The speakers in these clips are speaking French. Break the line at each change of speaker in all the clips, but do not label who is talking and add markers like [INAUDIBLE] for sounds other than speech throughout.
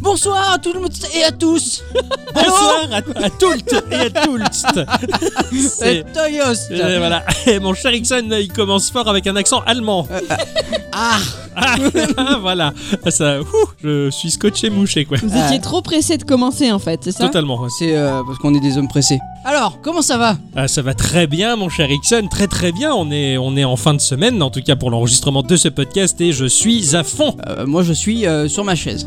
bonsoir à tout le monde et à
[LAUGHS]
tous.
Bonsoir à, à toutes et à tous.
C'est
C'est-
Toyost.
euh, voilà. Et mon cher Ixon, il commence fort avec un accent allemand.
Ah,
Ah, [LAUGHS] voilà. Ah, Ça, ouh, je suis scotché mouché, quoi.
Vous
Ah.
étiez trop pressé de commencer en fait, c'est ça
Totalement. ouais.
C'est euh, parce qu'on est des hommes pressés.
alors, comment ça va
Ah, ça va très bien, mon cher Ixon, très très bien. On est, on est en fin de semaine, en tout cas pour l'enregistrement de ce podcast, et je suis à fond.
Euh, moi, je suis euh, sur ma chaise.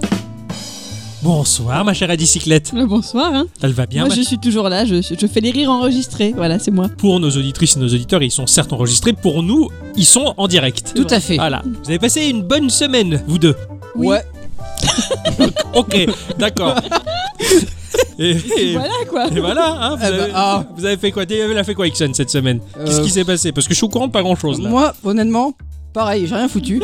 Bonsoir, ma chère à bicyclette.
Le bonsoir. Hein.
Elle va bien,
moi
ma-
je suis toujours là, je, je fais les rires enregistrés, voilà c'est moi.
Pour nos auditrices et nos auditeurs, ils sont certes enregistrés. Pour nous, ils sont en direct.
Tout à fait.
Voilà. Vous avez passé une bonne semaine, vous deux.
Oui.
Ouais.
Ok, d'accord. Et, et-
Voilà
[LAUGHS]
quoi.
et voilà, hein, vous,
Eh ben,
avez,
ah.
vous avez fait quoi Elle a fait quoi, Ixon, cette semaine Qu'est-ce
Euh,
qui s'est passé Parce que je suis au courant de pas grand-chose. là.
Moi, honnêtement, pareil, j'ai rien [LAUGHS] foutu.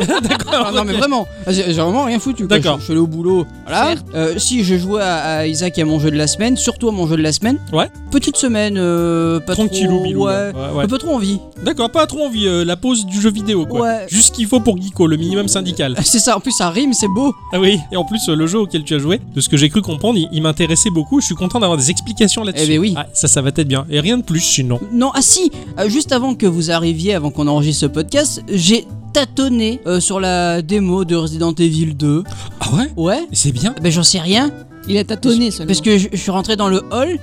Ah, non, mais vraiment, j'ai j'ai vraiment rien foutu. quoi.
D'accord.
Je, je suis allé au boulot. Voilà. Euh, si je jouais à, à Isaac et à mon jeu de la semaine, surtout à mon jeu de la semaine.
Ouais.
Petite semaine, euh, pas
Tranquillou,
trop.
bilou,
ouais.
là. Ouais, ouais.
Un peu trop envie. [LAUGHS]
D'accord, pas trop envie, euh, la pause du jeu vidéo, quoi.
Ouais.
Juste ce qu'il faut pour Geeko, le
[LAUGHS]
minimum syndical.
C'est ça, en plus ça rime, c'est beau.
Ah oui, et en plus, euh, le jeu auquel tu as joué, de ce que j'ai cru comprendre, il, il m'intéressait beaucoup. Je suis content d'avoir des explications là-dessus.
Eh ben oui.
Ah, ça, ça va être bien. Et rien de plus, sinon.
Non, ah si, euh, juste avant que vous arriviez, avant qu'on enregistre ce podcast, j'ai tâtonné euh, sur la démo de Resident Evil 2.
Ah ouais
Ouais.
C'est bien.
Ben j'en sais rien.
Il a tâtonné seulement.
Parce que je, je suis rentré dans le hall.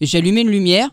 Et j'ai allumé une lumière.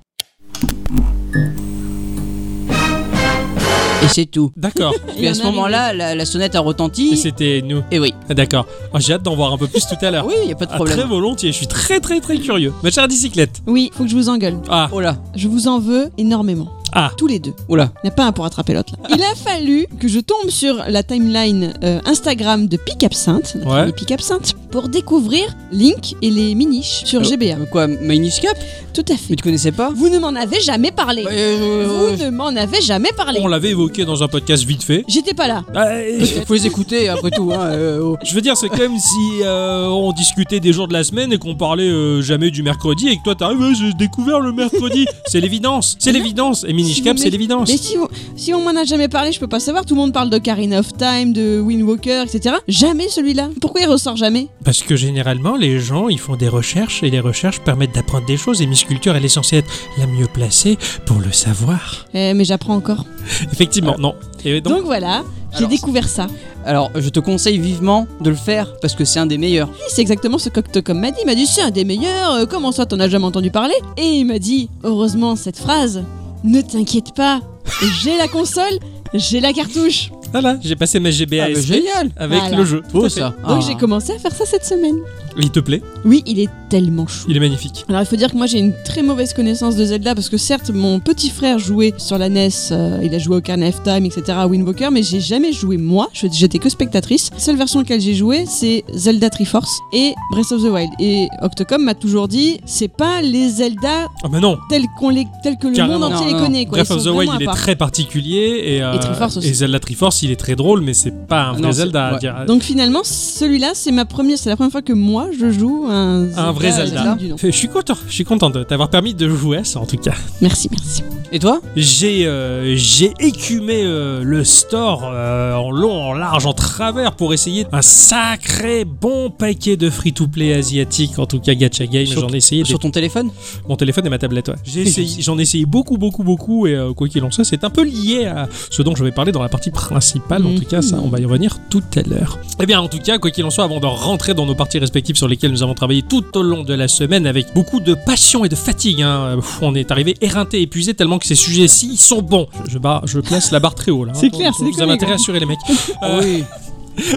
Et c'est tout.
D'accord.
Il
Et
en
à ce
a allumé.
moment-là, la, la sonnette a
et
retenti.
c'était nous.
Et oui.
Ah, D'accord. Ah, j'ai hâte d'en voir un peu plus tout à l'heure.
Oui, y a pas de
Ah, très
problème.
volontiers, je suis très très très curieux. Ma chère bicyclette.
Oui, faut que je vous engueule.
Ah,
Oh là,
Je vous en veux énormément.
Ah.
Tous les deux.
oh là.
Il n'y en a pas un pour attraper l'autre. là. Il a fallu que je tombe sur la timeline euh, Instagram de Pic Absinthe, notre
Ouais.
ami Pic Absinthe, pour découvrir Link et les miniches sur
Oh.
GBA.
Euh, Quoi, Minuscap
Tout à
Mais
fait.
tu connaissais pas
Vous ne m'en avez jamais parlé.
Bah, euh,
Vous ne m'en avez jamais parlé.
on l'avait évoqué dans un podcast vite fait.
J'étais pas là.
Ah, et-
euh, Faut les écouter après tout. Hein, euh, oh.
Je veux dire, c'est comme si euh, on discutait des jours de la semaine et qu'on parlait euh, jamais du mercredi et que toi t'arrives, Ouais, j'ai découvert le
[LAUGHS]
mercredi. c'est l'évidence, c'est l'évidence. Et
Si
Minishcap,
vous
c'est
m'avez-
l'évidence.
Mais si, vous- si on m'en a jamais parlé, je peux pas savoir. Tout le monde parle de Karina of Time, de Wind Walker, etc. Jamais celui-là. Pourquoi il ressort jamais
Parce que généralement, les gens, ils font des recherches et les recherches permettent d'apprendre des choses et Miss Culture, elle est censée être la mieux placée pour le savoir.
Eh, Mais j'apprends encore.
Effectivement, non. Et donc,
Euh, Donc, voilà, j'ai
Alors,
découvert ça.
Alors, je te conseille vivement de le faire parce que c'est un des meilleurs.
Oui, C'est exactement ce qu'Octocom m'a dit. Il m'a dit c'est un des meilleurs. euh, comment ça, t'en as jamais entendu parler Et il m'a dit heureusement cette phrase. Ne t'inquiète pas, j'ai la console, j'ai la cartouche.
voilà, j'ai passé ma GBA
Ah, mais génial
avec
Voilà.
le jeu. Tout
Beau
à fait.
ça.
Donc
Ah.
j'ai commencé à faire ça cette semaine.
Il te plaît
Oui, il est tellement chou.
Il est magnifique.
Alors il faut dire que moi j'ai une très mauvaise connaissance de Zelda parce que certes mon petit frère jouait sur la NES, euh, il a joué au Carnet of Time, etc. à Wind Walker, mais j'ai jamais joué moi, je- j'étais que spectatrice. La seule version auquel j'ai joué c'est Zelda Triforce et Breath of the Wild. Et Octocom m'a toujours dit c'est pas les Zelda
Ah bah non,
tels, qu'on les, tels que le
Carrément.
monde entier
Non,
les
non,
connaît. Quoi.
Breath
Ils
of the
sont
Wild,
vraiment à
il est
part.
très particulier et, euh,
Et Triforce aussi. Ah
et Zelda Triforce, il est très drôle, mais c'est pas un vrai
Non, c'est-
Zelda. à
ouais.
dire.
Donc finalement celui-là c'est ma première, c'est la première fois que moi je joue un,
un vrai Zelda.
du nom.
Je suis content, je suis content de t'avoir permis de jouer à ça en tout cas.
Merci, merci.
Et toi
J'ai euh, j'ai écumé euh, le store euh, en long, en large, en travers pour essayer un sacré bon paquet de free-to-play asiatiques, en tout cas gacha game.
Sur-
J'en ai essayé des
Sur ton téléphone
mon téléphone et ma tablette. ouais. J'ai
Oui,
essayé,
aussi.
j'en ai essayé beaucoup, beaucoup, beaucoup, et euh, quoi qu'il en soit, c'est un peu lié à ce dont je vais parler dans la partie principale. En
Mhm.
tout cas, ça, on va y revenir tout à l'heure. Eh bien, en tout cas, quoi qu'il en soit, avant de rentrer dans nos parties respectives sur lesquelles nous avons travaillé tout au long de la semaine avec beaucoup de passion et de fatigue, hein, pff, on est arrivé éreinté, épuisé tellement que ces sujets-ci sont bons. Je, je, barre- je place la barre très haut là. hein.
C'est clair, c'est
Vous avez
déconné,
intérêt à
quoi.
assurer les mecs.
Ah Oui.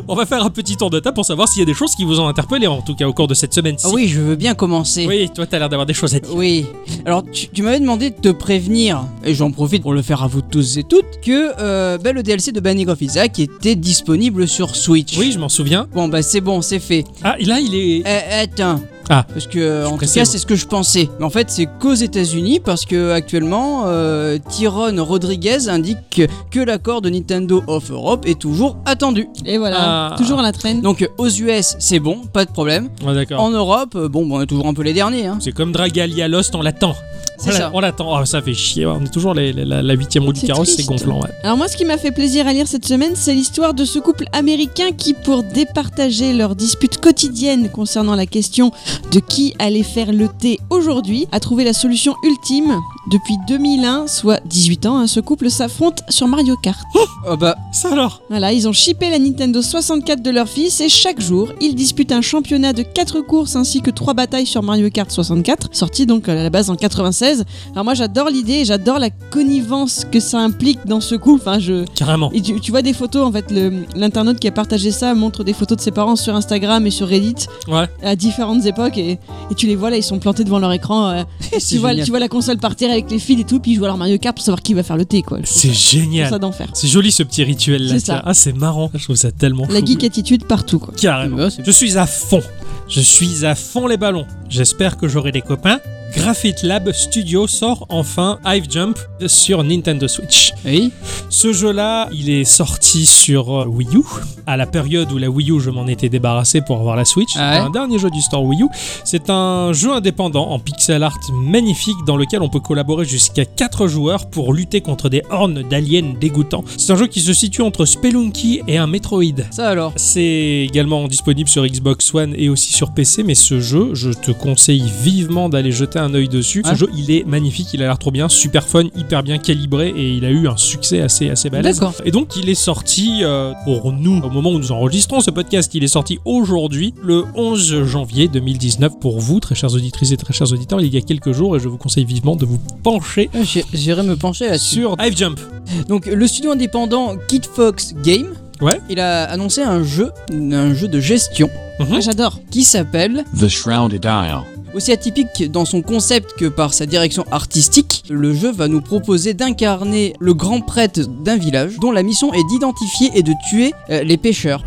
On va faire un petit tour de table pour savoir s'il y a des choses qui vous ont interpellé, en tout cas au cours de cette semaine-ci.
Ah oui, je veux bien commencer.
Oui, toi, t'as l'air d'avoir des choses à dire.
Oui. Alors, tu, tu m'avais demandé de te prévenir, et j'en profite pour le faire à vous tous et toutes, que euh, bah, le DLC de Banning of Isaac était disponible sur Switch.
Oui, je m'en souviens.
Bon, bah c'est bon, c'est fait.
Ah, là, il est.
Euh, attends.
Ah.
Parce que, euh,
Je
en tout
pressais, moi.
cas, c'est ce que je pensais. Mais en fait, c'est qu'aux États-Unis, parce que actuellement, euh, Tyrone Rodriguez indique que- que l'accord de Nintendo of Europe est toujours attendu.
Et voilà,
Ah.
toujours à la traîne.
Donc, euh, aux US, c'est bon, pas de problème.
Ah, d'accord.
En Europe, euh, bon, bah, on est toujours un peu les derniers. Hein.
C'est comme Dragalia Lost, on l'attend.
C'est
on l'a-
ça.
On l'attend. Ah, ça fait chier. ouais. On est toujours les- les- la la huitième roue du
C'est
carrosse, c'est
triste.
gonflant. ouais.
Alors moi, ce qui m'a fait plaisir à lire cette semaine, c'est l'histoire de ce couple américain qui, pour départager leur dispute quotidienne concernant la question de qui allait faire le thé aujourd'hui, a trouvé la solution ultime. Depuis 2001, soit 18 ans, hein, ce couple s'affronte sur Mario Kart.
Oh bah, [LAUGHS]
Ça alors
Voilà, ils ont chippé la Nintendo 64 de leur fils et chaque jour, ils disputent un championnat de 4 courses ainsi que 3 batailles sur Mario Kart 64, sorti donc euh, à la base en 96. Alors moi j'adore l'idée et j'adore la connivence que ça implique dans ce couple. Enfin, je...
Carrément.
Et tu, tu vois des photos, en fait, le- l'internaute qui a partagé ça montre des photos de ses parents sur Instagram et sur Reddit
Ouais.
à différentes époques et, et tu les vois là, ils sont plantés devant leur écran. euh,
c'est
tu, vois,
génial.
tu vois la console partir avec les fils et tout, puis ils jouent à leur Mario Kart pour savoir qui va faire le thé quoi. Je trouve
C'est
ça-
génial.
ça d'enfer.
C'est joli ce petit rituel là.
C'est ça.
Ah, c'est marrant. Je trouve ça tellement
La
chou.
geek attitude partout quoi.
Carrément.
Bah, c'est-
Je suis à fond. Je suis à fond les ballons. J'espère que j'aurai des copains. Graphite Lab Studio sort enfin Hive Jump sur Nintendo Switch.
Oui.
Ce jeu-là, il est sorti sur euh, Wii U, à la période où la Wii U, je m'en étais débarrassé pour avoir la Switch.
Ah ouais
C'était un dernier jeu du store Wii U. C'est un jeu indépendant en pixel art magnifique dans lequel on peut collaborer jusqu'à 4 joueurs pour lutter contre des hornes d'aliens dégoûtants. C'est un jeu qui se situe entre Spelunky et un Metroid.
Ça alors.
C'est également disponible sur Xbox One et aussi sur PC, mais ce jeu, je te conseille vivement d'aller jeter un œil dessus. Ce
Ah.
jeu, il est magnifique, il a l'air trop bien, super fun, hyper bien calibré et il a eu un succès assez, assez balèze.
D'accord.
Et donc, il est sorti euh, pour nous, au moment où nous enregistrons ce podcast, il est sorti aujourd'hui, le 11 janvier 2019, pour vous, très chères auditrices et très chers auditeurs, il y a quelques jours et je vous conseille vivement de vous pencher
Ah, j'ai- J'irai me pencher là-dessus.
sur Hive Jump.
Donc le studio indépendant Kid Fox Game,
Ouais.
il a annoncé un jeu, un jeu de gestion
Mhm.
Ah, J'adore.
qui s'appelle
The Shrouded Isle.
aussi atypique dans son concept que par sa direction artistique, le jeu va nous proposer d'incarner le grand prêtre d'un village dont la mission est d'identifier et de tuer euh, les pêcheurs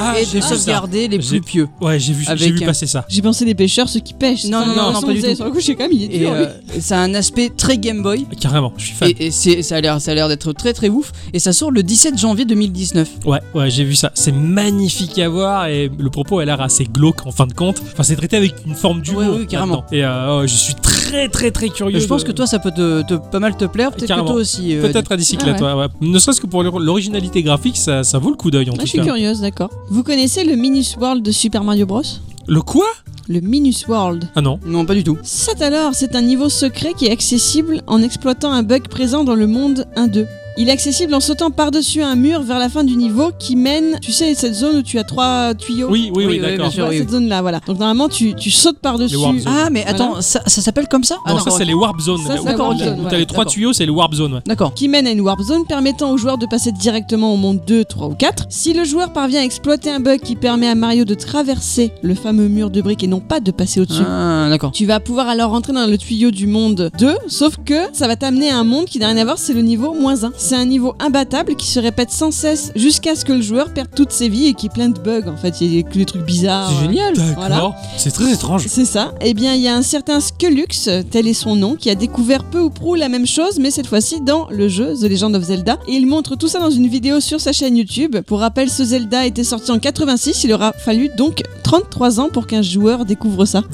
Ah,
et
j'ai
de
vu ça.
sauvegarder les plus
J'ai-
pieux.
Ouais, j'ai vu, j'ai
Avec
vu
un-
passer ça.
J'ai pensé des pêcheurs, ceux qui pêchent.
Non,
Enfin,
non, non,
ils
non,
sont-
pas du
vous allez
tout.
Sur le coup, je sais quand même, il est
Et
dur. lui.
euh, ça a un aspect très Game Boy.
Carrément, je suis fan.
Et, et c'est- ça a l'air ça a l'air d'être très très ouf. Et ça sort le 17 janvier 2019.
Ouais, ouais, j'ai vu ça. C'est magnifique à voir et le propos a l'air assez glauque en fin de compte. Enfin, c'est traité avec une forme d'humour.
Ouais, ouais, carrément.
là-dedans. Et euh, ouais, je suis très, très, très curieux.
Je pense
de-
que toi ça peut te, te- pas mal te plaire, peut-être que
Carrément.
toi aussi. euh,
Peut-être à bicyclette, ouais. ouais. Ne serait-ce que pour l'or- l'originalité graphique, ça, ça vaut le coup d'œil en
Ah,
tout
je suis
cas.
curieuse, d'accord. Vous connaissez le Minus World de Super Mario Bros
Le quoi
Le Minus World.
Ah non.
Non, pas du tout.
Ça alors, c'est un niveau secret qui est accessible en exploitant un bug présent dans le monde 1-2. Il est accessible en sautant par-dessus un mur vers la fin du niveau qui mène, tu sais, cette zone où tu as trois euh, tuyaux.
Oui, oui, oui,
Oui, oui, bien
d'accord.
sûr.
Tu vois,
oui,
cette zone-là, voilà. Donc normalement, tu, tu sautes par-dessus.
Les warp zones.
Ah, mais
Voilà.
attends, ça, ça s'appelle comme ça Ah
Non, ça, c'est les warp zones.
Ça,
là,
c'est
où-
la warp
là,
zone,
où T'as
ouais,
les trois
d'accord.
tuyaux, c'est les warp zones. ouais.
D'accord.
qui mène à une warp zone permettant aux joueurs de passer directement au monde 2, 3 ou 4. Si le joueur parvient à exploiter un bug qui permet à Mario de traverser le fameux mur de briques et non pas de passer au-dessus,
Ah, d'accord.
tu vas pouvoir alors rentrer dans le tuyau du monde 2, sauf que ça va t'amener à un monde qui n'a rien à voir, c'est le niveau moins 1. C'est un niveau imbattable qui se répète sans cesse jusqu'à ce que le joueur perde toutes ses vies et qui est plein de bugs en fait, il y a que des trucs bizarres. euh,
C'est génial.
D'accord. C'est très étrange.
C'est ça. Eh bien, il y a un certain Skelux, tel est son nom, qui a découvert peu ou prou la même chose, mais cette fois-ci dans le jeu The Legend of Zelda. Et il montre tout ça dans une vidéo sur sa chaîne YouTube. Pour rappel, ce Zelda était sorti en 86. Il aura fallu donc 33 ans pour qu'un joueur découvre ça.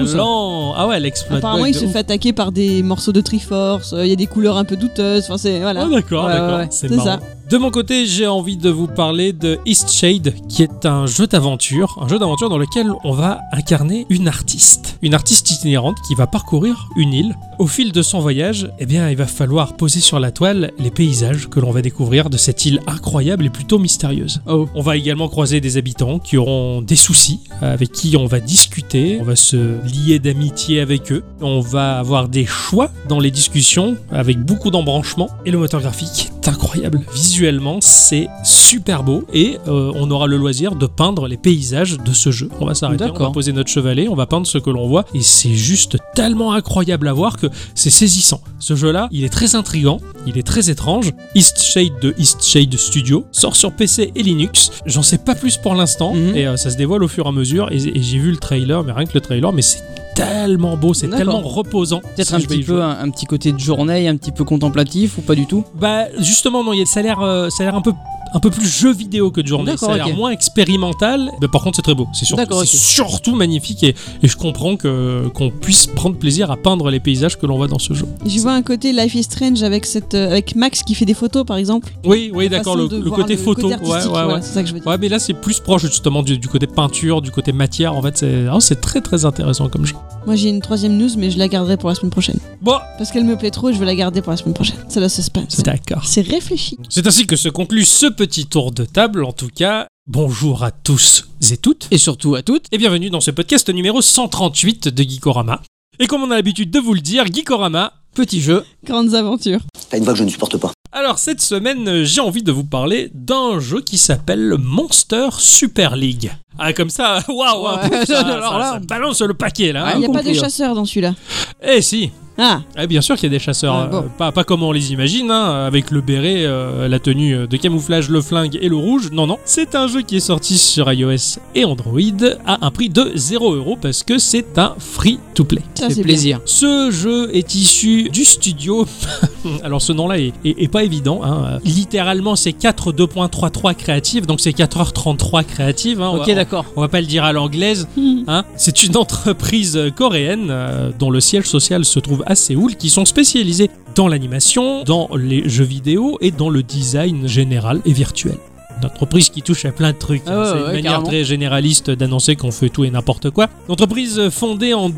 Excellent. Ah ouais, l'exploit.
Apparemment, il se fait attaquer par des morceaux de Triforce. euh, Il y a des couleurs un peu douteuses. Enfin, c'est voilà.
Ah, d'accord,
Ouais,
d'accord.
ouais, ouais.
C'est
C'est
marrant.
ça.
De mon côté, j'ai envie de vous parler de East Shade, qui est un jeu d'aventure, un jeu d'aventure dans lequel on va incarner une artiste, une artiste itinérante qui va parcourir une île. Au fil de son voyage, eh bien, il va falloir poser sur la toile les paysages que l'on va découvrir de cette île incroyable et plutôt mystérieuse.
Oh.
On va également croiser des habitants qui auront des soucis, avec qui on va discuter, on va se lier d'amitié avec eux, on va avoir des choix dans les discussions, avec beaucoup d'embranchements, et le moteur graphique est incroyable. Visuellement, c'est super beau, et euh, on aura le loisir de peindre les paysages de ce jeu. On va s'arrêter, on va
D'accord.
poser notre chevalet, on va peindre ce que l'on voit, et c'est juste tellement incroyable à voir que c'est saisissant. Ce jeu-là, il est très intrigant, il est très étrange. East Shade de East Shade Studio sort sur PC et Linux. J'en sais pas plus pour l'instant
Mhm.
et euh, ça se dévoile au fur et à mesure. Et, et j'ai vu le trailer, mais rien que le trailer, mais c'est tellement beau, c'est
D'accord.
tellement reposant.
Peut-être
Si
un
je vais y
petit
jouer.
peu un, un petit côté de journée, un petit peu contemplatif ou pas du tout
Bah justement non, il y a ça a l'air, euh, ça a l'air un peu un peu plus jeu vidéo que de journée.
D'accord,
Ça a l'air
ok.
moins expérimental, mais par contre c'est très beau. C'est sur-
D'accord,
c'est
ok.
surtout magnifique et, et je comprends que qu'on puisse prendre plaisir à peindre les paysages que l'on voit dans ce jeu.
J'y vois un côté Life is Strange avec, cette, euh, avec Max qui fait des photos par exemple.
Oui, oui, d'accord,
Façon
le,
de
le
voir
côté photo. ouais,
artistique,
ouais,
voilà,
ouais.
C'est ça que je veux dire.
Ouais, mais là c'est plus proche justement du, du côté peinture, du côté matière. En fait, c'est ah, c'est très très intéressant comme jeu.
Moi j'ai une troisième news, mais je la garderai pour la semaine prochaine.
Bon,
Parce qu'elle me plaît trop et je vais la garder pour la semaine prochaine. C'est la suspense.
d'accord.
C'est réfléchi.
C'est ainsi que se conclut ce petit tour de table. En tout cas, bonjour à tous et toutes.
Et surtout à toutes.
et bienvenue dans ce podcast numéro 138 de Geekorama. Et comme on a l'habitude de vous le dire, Geekorama,
Petit jeu.
Grandes aventures.
T'as une voix que je ne supporte pas.
alors cette semaine, euh, j'ai envie de vous parler d'un jeu qui s'appelle Monster Super League. Ah comme ça, [LAUGHS] waouh, waouh,
Ouais,
ça,
alors
ça-
là,
ça
on-
balance le paquet là.
Ah,
Il
hein.
n'y a pas
compris,
de
hein.
chasseurs dans celui-là.
Eh si,
Ah,
eh, bien sûr qu'il y a des chasseurs,
Ah, bon.
euh, pas, pas comme on les imagine, hein, avec le béret, euh, la tenue euh, de camouflage, le flingue et le rouge. Non, non, c'est un jeu qui est sorti sur iOS et Android à un prix de 0€ parce que c'est un free-to-play.
ça
fait
c'est bien.
plaisir.
Ce jeu est issu du studio. [LAUGHS] Alors ce nom-là est, est- est pas évident. hein. Littéralement, c'est 4 2.33 créatives, donc c'est 4h33 créatives. hein. On
ok,
va-
d'accord.
on va pas le dire à l'anglaise.
Hmm.
hein. C'est une entreprise coréenne euh, dont le siège social se trouve à Séoul qui sont spécialisés dans l'animation, dans les jeux vidéo et dans le design général et virtuel. Une entreprise qui touche à plein de trucs.
Ah
hein.
ouais,
C'est
ouais,
une manière
carrément.
très généraliste d'annoncer qu'on fait tout et n'importe quoi. Entreprise fondée en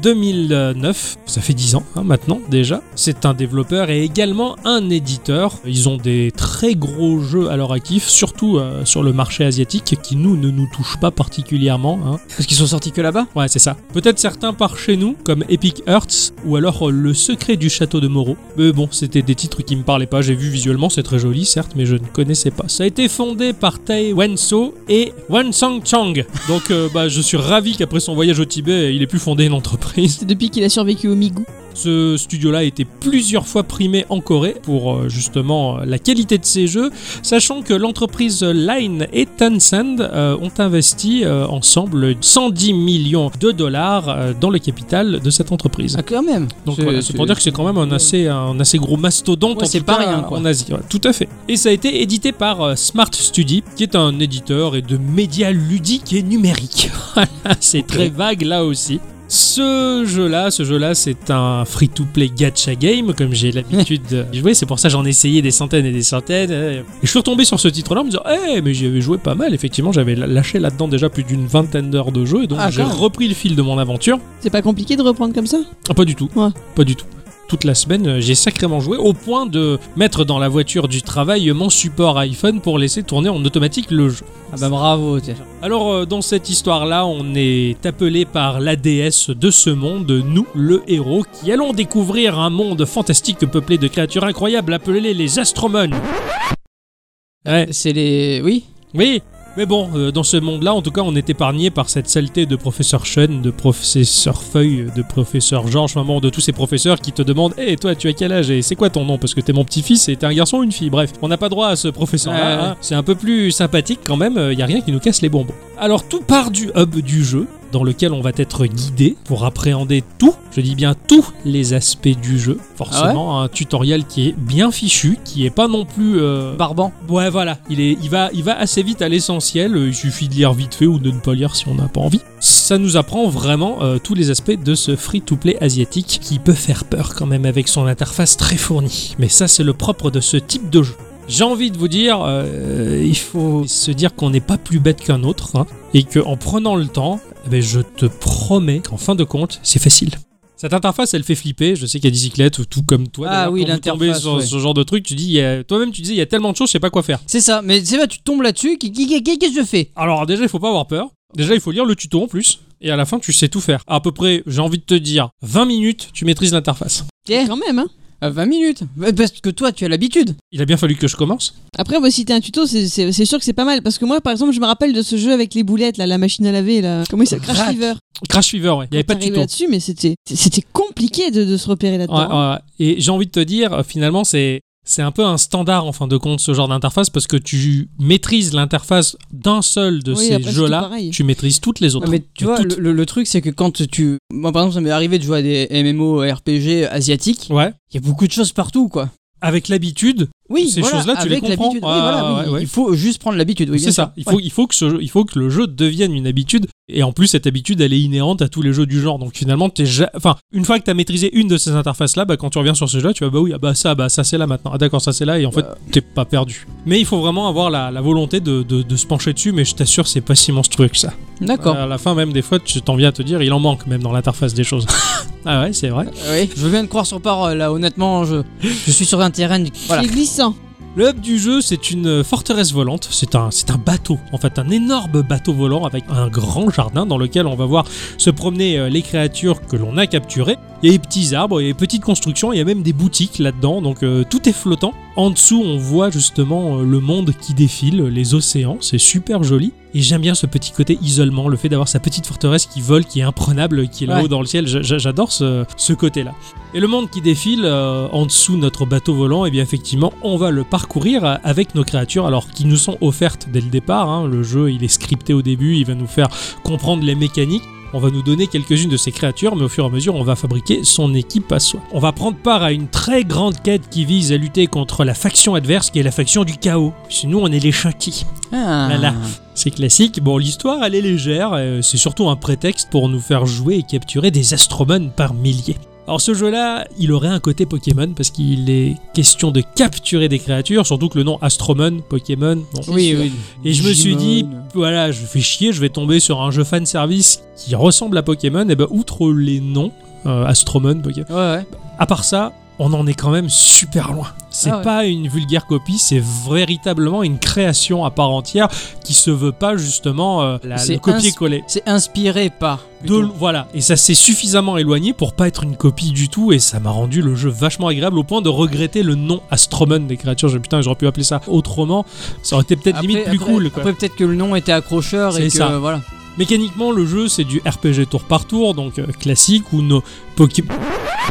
2009, ça fait 10 ans hein, maintenant déjà. C'est un développeur et également un éditeur. Ils ont des très gros jeux à leur actif, surtout euh, sur le marché asiatique qui nous ne nous touche pas particulièrement. hein.
Parce qu'ils sont sortis que là-bas.
Ouais, c'est ça. Peut-être certains par chez nous, comme Epic Hearts ou alors euh, Le Secret du Château de Moreau. Mais bon, c'était des titres qui me parlaient pas. J'ai vu visuellement, c'est très joli, certes, mais je ne connaissais pas. Ça a été fondé par Tae Wenso et Wansang Chang. Donc, euh, bah, je suis ravi qu'après son voyage au Tibet, il ait pu fonder une entreprise.
[LAUGHS] C'est depuis qu'il a survécu au Migou.
Ce studio-là a été plusieurs fois primé en Corée pour euh, justement euh, la qualité de ses jeux, sachant que l'entreprise Line et Tencent euh, ont investi euh, ensemble 110 millions de dollars euh, dans le capital de cette entreprise.
Ah, quand même.
Donc voilà, c'est pour dire que c'est quand même un assez, un assez gros mastodonte
Ouais,
en,
c'est
tout
pas
cas,
rien, quoi.
en Asie. Ouais, tout à fait. Et ça a été édité par euh, Smart Study, qui est un éditeur et de médias ludiques et numériques. [LAUGHS] Voilà, c'est très vague là aussi. Ce jeu-là, ce jeu-là, c'est un free-to-play gacha game, comme j'ai l'habitude
[LAUGHS]
de jouer. C'est pour ça que j'en ai essayé des centaines et des centaines. euh, Et je suis retombé sur ce titre-là en me disant, eh, mais j'y avais joué pas mal. Effectivement, j'avais lâché là-dedans déjà plus d'une vingtaine d'heures de jeu, et donc
Ah,
j'ai
quand même.
repris le fil de mon aventure.
C'est pas compliqué de reprendre comme ça
Ah, pas du tout.
Ouais.
Pas du tout. Toute la semaine, euh, j'ai sacrément joué au point de mettre dans la voiture du travail mon support iPhone pour laisser tourner en automatique le jeu.
Ah bah bravo. tiens.
Alors euh, dans cette histoire-là, on est appelé par la déesse de ce monde, nous, le héros, qui allons découvrir un monde fantastique peuplé de créatures incroyables appelées les Astromones. Ouais,
C'est les. Oui.
oui, mais bon, euh, dans ce monde-là, en tout cas, on est épargné par cette saleté de professeur Chen, de professeur Feuille, de professeur Georges, maman, de tous ces professeurs qui te demandent Hé, toi, tu as quel âge et c'est quoi ton nom Parce que t'es mon petit-fils et t'es un garçon ou une fille. Bref, on n'a pas droit à ce professeur-là.
Ouais, ouais.
hein. C'est un peu plus sympathique quand même, il y a rien qui nous casse les bonbons. Alors, tout part du hub du jeu dans lequel on va être guidé pour appréhender tout, je dis bien tous les aspects du jeu. Forcément, un tutoriel qui est bien fichu, qui est pas non plus euh,
Barban.
Ouais, voilà, il, est, il, va, il va assez vite à l'essentiel, euh, il suffit de lire vite fait ou de ne pas lire si on n'a pas envie. Ça nous apprend vraiment euh, tous les aspects de ce free-to-play asiatique qui peut faire peur quand même avec son interface très fournie. Mais ça, c'est le propre de ce type de jeu. J'ai envie de vous dire, euh, il faut se dire qu'on n'est pas plus bête qu'un autre, hein, et qu'en prenant le temps, eh ben, je te promets qu'en fin de compte, c'est facile. Cette interface, elle fait flipper. Je sais qu'il y a des cyclettes, tout comme toi.
Ah
d'ailleurs,
oui,
quand vous tombez
l'interface,
sur
ouais.
ce genre de truc, tu dis, il y a- toi-même, tu dis, il y a tellement de choses, je sais pas quoi faire.
C'est ça. Mais c'est pas tu tombes là-dessus. qui- qui- qui- Qu'est-ce que je fais
Alors déjà, il faut pas avoir peur. Déjà, il faut lire le tuto en plus. Et à la fin, tu sais tout faire. À peu près, j'ai envie de te dire, 20 minutes, tu maîtrises l'interface.
Eh.
Quand même, hein.
Euh, 20 minutes. Bah, Parce que toi, tu as l'habitude.
Il a bien fallu que je commence.
Après, moi, si t'as un tuto, c'est- c'est c'est sûr que c'est pas mal. Parce que moi, par exemple, je me rappelle de ce jeu avec les boulettes, là, la machine à laver, là. Comment il s'appelle Crash
Rack.
Fever.
Crash Fever, ouais. Il n'y avait pas de
T'arrivais
tuto.
là-dessus, mais c'était c'était compliqué de, de se repérer là-dedans.
Ouais, ouais. Et j'ai envie de te dire, euh, finalement, c'est. C'est un peu un standard en fin de compte ce genre d'interface parce que tu maîtrises l'interface d'un seul de
Oui,
ces
après, c'est tout
jeux-là,
pareil.
tu maîtrises toutes les autres.
Ouais, mais tu
Mais
vois,
toutes.
le, le truc, c'est que quand tu. Moi, par exemple, ça m'est arrivé de jouer à des MMO RPG asiatiques.
Ouais.
Il y a beaucoup de choses partout, quoi.
Avec l'habitude,
Oui,
Ces
voilà,
choses-là, tu les
avec
comprends.
l'habitude. Oui,
Ah,
voilà, oui,
ouais, ouais.
Il faut juste prendre l'habitude. oui, bien
c'est ça.
sûr.
Il
Ouais.
faut, il, faut que ce jeu- il faut que le jeu devienne une habitude. Et en plus, cette habitude, elle est inhérente à tous les jeux du genre. Donc finalement, t'es ja- enfin, une fois que tu as maîtrisé une de ces interfaces-là, bah, quand tu reviens sur ce jeu-là, tu vas, bah oui, ah bah ça, bah ça c'est là maintenant. Ah d'accord, ça c'est là. Et en fait,
Bah.
t'es pas perdu. Mais il faut vraiment avoir la, la volonté de, de- de se pencher dessus. Mais je t'assure, c'est pas si monstrueux que ça.
D'accord.
À la fin, même des fois, tu t'en viens à te dire, il en manque même dans l'interface
[LAUGHS]
des choses. ah ouais, c'est vrai.
Oui, je viens de croire sur parole, là, honnêtement, je, je suis sur un terrain. du- Voilà.
C'est glissant.
Le hub du jeu, c'est une forteresse volante. C'est un, c'est un bateau, en fait, un énorme bateau volant avec un grand jardin dans lequel on va voir se promener euh, les créatures que l'on a capturées. Il y a des petits arbres, il y a des petites constructions, il y a même des boutiques là-dedans, donc euh, tout est flottant. En dessous, on voit justement euh, le monde qui défile, les océans, c'est super joli. Et j'aime bien ce petit côté isolement, le fait d'avoir sa petite forteresse qui vole, qui est imprenable, qui est là-haut
Ouais.
dans le ciel. J'a- j'a- J'adore ce, ce côté-là. Et le monde qui défile euh, en dessous de notre bateau volant, et bien effectivement, on va le parcourir euh, avec nos créatures, alors qui nous sont offertes dès le départ. hein. Le jeu, il est scripté au début, il va nous faire comprendre les mécaniques. On va nous donner quelques-unes de ces créatures, mais au fur et à mesure, on va fabriquer son équipe à soi. On va prendre part à une très grande quête qui vise à lutter contre la faction adverse, qui est la faction du chaos. Chez nous, on est les châtis.
Ah.
Voilà. C'est classique. Bon, l'histoire, elle est légère. euh, C'est surtout un prétexte pour nous faire jouer et capturer des astromones par milliers. Alors ce jeu-là, il aurait un côté Pokémon parce qu'il est question de capturer des créatures, surtout que le nom Astromon, Pokémon. bon.
Oui, oui.
Et je me suis dit,
Digimon.
voilà, je fais chier, je vais tomber sur un jeu fan service qui ressemble à Pokémon. Et ben outre les noms, euh, Astromon, Pokémon.
Ouais, ouais.
À part ça, on en est quand même super loin. C'est
Ah ouais.
pas une vulgaire copie, c'est véritablement une création à part entière qui se veut pas justement euh, la-
C'est
le copier-coller.
C'est inspiré par.
De,
plutôt.
voilà, et ça s'est suffisamment éloigné pour pas être une copie du tout, et ça m'a rendu le jeu vachement agréable au point de regretter le nom Astromon des créatures. J'ai putain, j'aurais pu appeler ça autrement, ça aurait été peut-être
Après-
limite plus
après-
cool. Quoi.
Après, peut-être que le nom était accrocheur et
C'est
que
ça.
voilà.
Mécaniquement, le jeu c'est du RPG tour par tour, donc euh, classique où nos Pokémon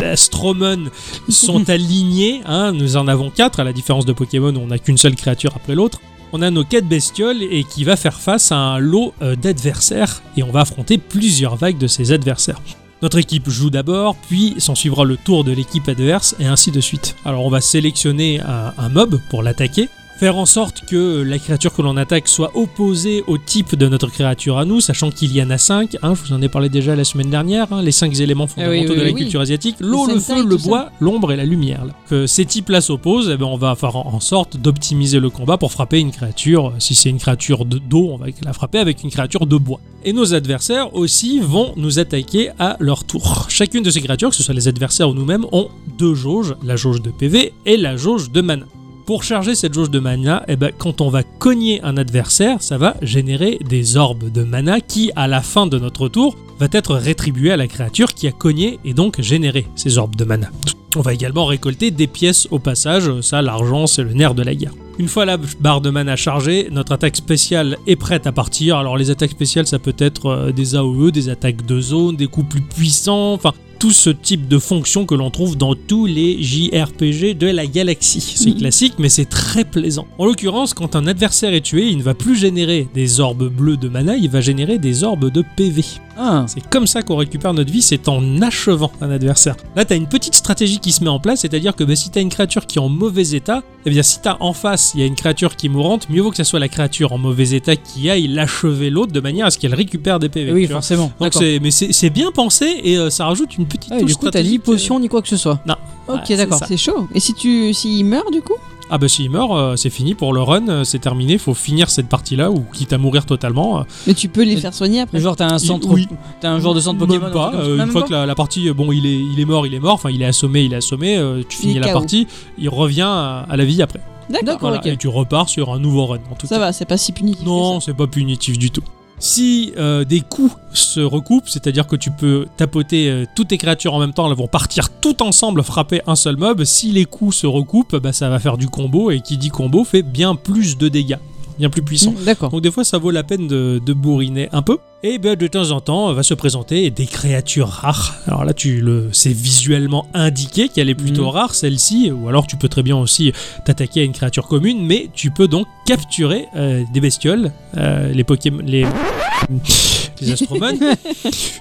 Astromon sont alignés. hein. nous en avons quatre, à la différence de Pokémon, où on n'a qu'une seule créature après l'autre. On a nos quatre bestioles et qui va faire face à un lot euh, d'adversaires et on va affronter plusieurs vagues de ces adversaires. Notre équipe joue d'abord, puis s'en suivra le tour de l'équipe adverse et ainsi de suite. Alors on va sélectionner un- un mob pour l'attaquer faire en sorte que la créature que l'on attaque soit opposée au type de notre créature à nous, sachant qu'il y en a 5, je vous en ai parlé déjà la semaine dernière, hein, les 5 éléments
Eh oui,
fondamentaux
oui,
de la
oui.
culture asiatique, l'eau,
Les
le
sentai,
feu, le
tout ça.
bois, l'ombre et la lumière. là. Que ces types-là s'opposent, eh ben, on va faire en sorte d'optimiser le combat pour frapper une créature, euh, si c'est une créature de- d'eau, on va la frapper avec une créature de bois. Et nos adversaires aussi vont nous attaquer à leur tour. Chacune de ces créatures, que ce soit les adversaires ou nous-mêmes, ont deux jauges, la jauge de PV et la jauge de mana. Pour charger cette jauge de mana, eh ben, quand on va cogner un adversaire, ça va générer des orbes de mana qui, à la fin de notre tour, va être rétribué à la créature qui a cogné et donc généré ces orbes de mana. On va également récolter des pièces au passage, ça l'argent c'est le nerf de la guerre. Une fois la barre de mana chargée, notre attaque spéciale est prête à partir. Alors les attaques spéciales ça peut être euh, des AOE, des attaques de zone, des coups plus puissants, enfin tout ce type de fonction que l'on trouve dans tous les JRPG de la galaxie. C'est
Mhm.
classique, mais c'est très plaisant. En l'occurrence, quand un adversaire est tué, il ne va plus générer des orbes bleues de mana, il va générer des orbes de PV.
Ah.
C'est comme ça qu'on récupère notre vie, c'est en achevant un adversaire. Là, t'as une petite stratégie qui se met en place, c'est-à-dire que bah, si t'as une créature qui est en mauvais état, eh bien si t'as en face, il y a une créature qui est mourante, mieux vaut que ça soit la créature en mauvais état qui aille l'achever l'autre de manière à ce qu'elle récupère des PV.
Oui,
tu vois.
forcément.
Donc
D'accord.
c'est, mais c'est, c'est bien pensé et euh, ça rajoute une petite
Ah, et
touche
du coup, t'as ni
stratégique.
potion ni quoi que ce soit.
Non.
Ok,
Ouais, c'est
d'accord.
ça.
C'est chaud. Et si tu, s'il meurt du coup
Ah bah s'il meurt, euh, c'est fini pour le run, euh, c'est terminé, faut finir cette partie-là ou quitte à mourir totalement. euh,
Mais tu peux les
Mais-
faire soigner après.
Genre, t'as un centre.
oui.
T'as un genre de centre
Même
Pokémon.
pas,
un truc comme ça.
euh,
Non,
une
même
fois
pas.
que la, la partie, euh, bon, il est, il est mort, il est mort, enfin, il est assommé, il est assommé, euh, tu
Il
finis
est
la
KO.
partie, il revient à, à la vie après.
D'accord.
Voilà,
ok.
Et tu repars sur un nouveau run, en tout
Ça
cas.
va, c'est pas si punitif.
Non, c'est pas punitif du tout. Si euh, des coups se recoupent, c'est-à-dire que tu peux tapoter euh, toutes tes créatures en même temps, elles vont partir toutes ensemble frapper un seul mob. Si les coups se recoupent, bah, ça va faire du combo, et qui dit combo fait bien plus de dégâts, bien plus puissant.
Mm, D'accord.
Donc des fois, ça vaut la peine de, de bourriner un peu. Et ben, de temps en temps, va se présenter des créatures rares. Alors là, tu le, c'est visuellement indiqué qu'elle est plutôt
Mhm.
rare, celle-ci. Ou alors, tu peux très bien aussi t'attaquer à une créature commune, mais tu peux donc capturer euh, [LAUGHS] des bestioles, euh, les Pokémon, les, les astrobots.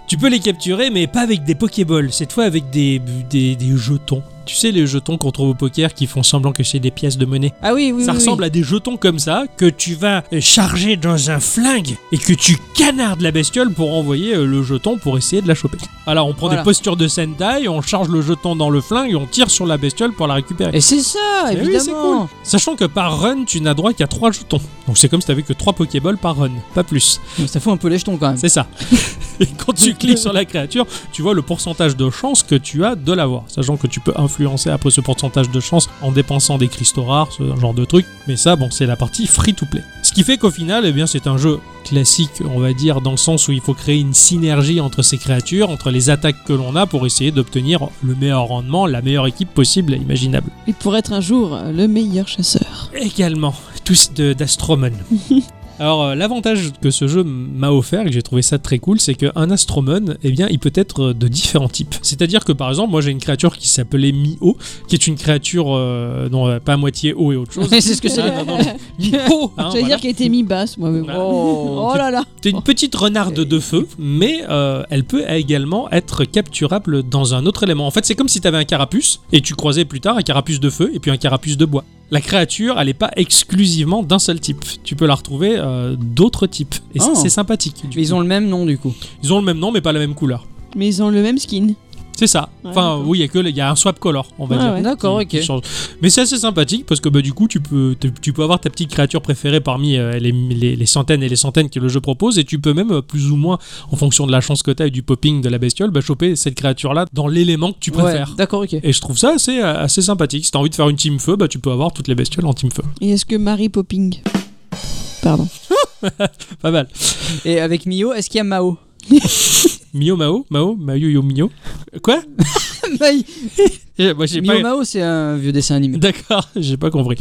tu peux les capturer, mais pas avec des Pokéballs, cette fois avec des, des, des jetons. Tu sais, les jetons qu'on trouve au poker qui font semblant que c'est des pièces de monnaie.
Ah oui, oui.
ça
oui,
ressemble à des jetons comme ça que tu vas euh, charger dans un flingue et que tu canardes la bestiole pour envoyer euh, le jeton pour essayer de la choper. Alors on prend
Voilà.
des postures de Sentai, on charge le jeton dans le flingue et on tire sur la bestiole pour la récupérer.
oui. Et c'est ça,
Eh oui,
évidemment.
c'est cool. Sachant que par run, tu n'as droit qu'à 3 jetons. Donc c'est comme si t'avais que 3 Pokéballs par run, pas plus.
Donc Ça fout un peu les jetons quand même.
C'est ça. Et quand tu cliques sur la créature, tu vois le pourcentage de chance que tu as de l'avoir. Sachant que tu peux influencer après ce pourcentage de chance en dépensant des cristaux rares, ce genre de truc. Mais ça, bon, c'est la partie free to play. Ce qui fait qu'au final, eh bien, c'est un jeu classique, on va dire, dans le sens où il faut créer une synergie entre ces créatures, entre les attaques que l'on a pour essayer d'obtenir le meilleur rendement, la meilleure équipe possible et imaginable.
Et pour être un jour euh, le meilleur chasseur.
Également, tous de- d'Astromon. Alors euh, l'avantage que ce jeu m'a offert, et que j'ai trouvé ça très cool, c'est qu'un astromone, eh bien, il peut être euh, de différents types. C'est-à-dire que par exemple, moi j'ai une créature qui s'appelait Mi-O, qui est une créature euh, non euh, pas à moitié haut et autre chose.
Mais c'est ce que c'est.
Ah, non, non, Mi-O, hein,
J'allais
voilà.
dire qu'elle était mi-basse, moi, mais
Bah
bon.
Oh.
Oh là là
T'es une petite renarde de feu, mais euh, elle peut également être capturable dans un autre élément. En fait, c'est comme si t'avais un carapuce et tu croisais plus tard un carapuce de feu et puis un carapuce de bois. La créature, elle n'est pas exclusivement d'un seul type. Tu peux la retrouver euh, d'autres types. Et ça,
Oh.
c'est sympathique.
Mais ils ont le même nom du coup.
Ils ont le même nom, mais pas la même couleur.
Mais ils ont le même skin.
C'est ça.
Ouais,
enfin,
d'accord.
oui, il y a que le- il y a un swap color, on va
Ouais,
dire.
ouais.
D'accord,
qui-
ok.
qui change. Mais c'est assez sympathique parce que bah, du coup, tu peux, tu, tu peux avoir ta petite créature préférée parmi euh, les, les- les centaines et les centaines que le jeu propose et tu peux même, euh, plus ou moins, en fonction de la chance que tu as et du popping de la bestiole, bah, choper cette créature-là dans l'élément que tu préfères.
Ouais, D'accord, ok.
et je trouve ça assez, euh, assez sympathique. Si t'as envie de faire une team feu, bah, tu peux avoir toutes les bestioles en team feu. [LAUGHS]
Et est-ce que Mary Popping Pardon.
Pas mal.
Et avec Mio, est-ce qu'il y a Mao
Mio Mao, Mao, Mayo Yo Mio.
[LAUGHS]
Quoi [LAUGHS] Eh, Moi, j'ai
Mio
pas-
Mao, c'est un vieux dessin animé.
D'accord, [LAUGHS] j'ai pas compris.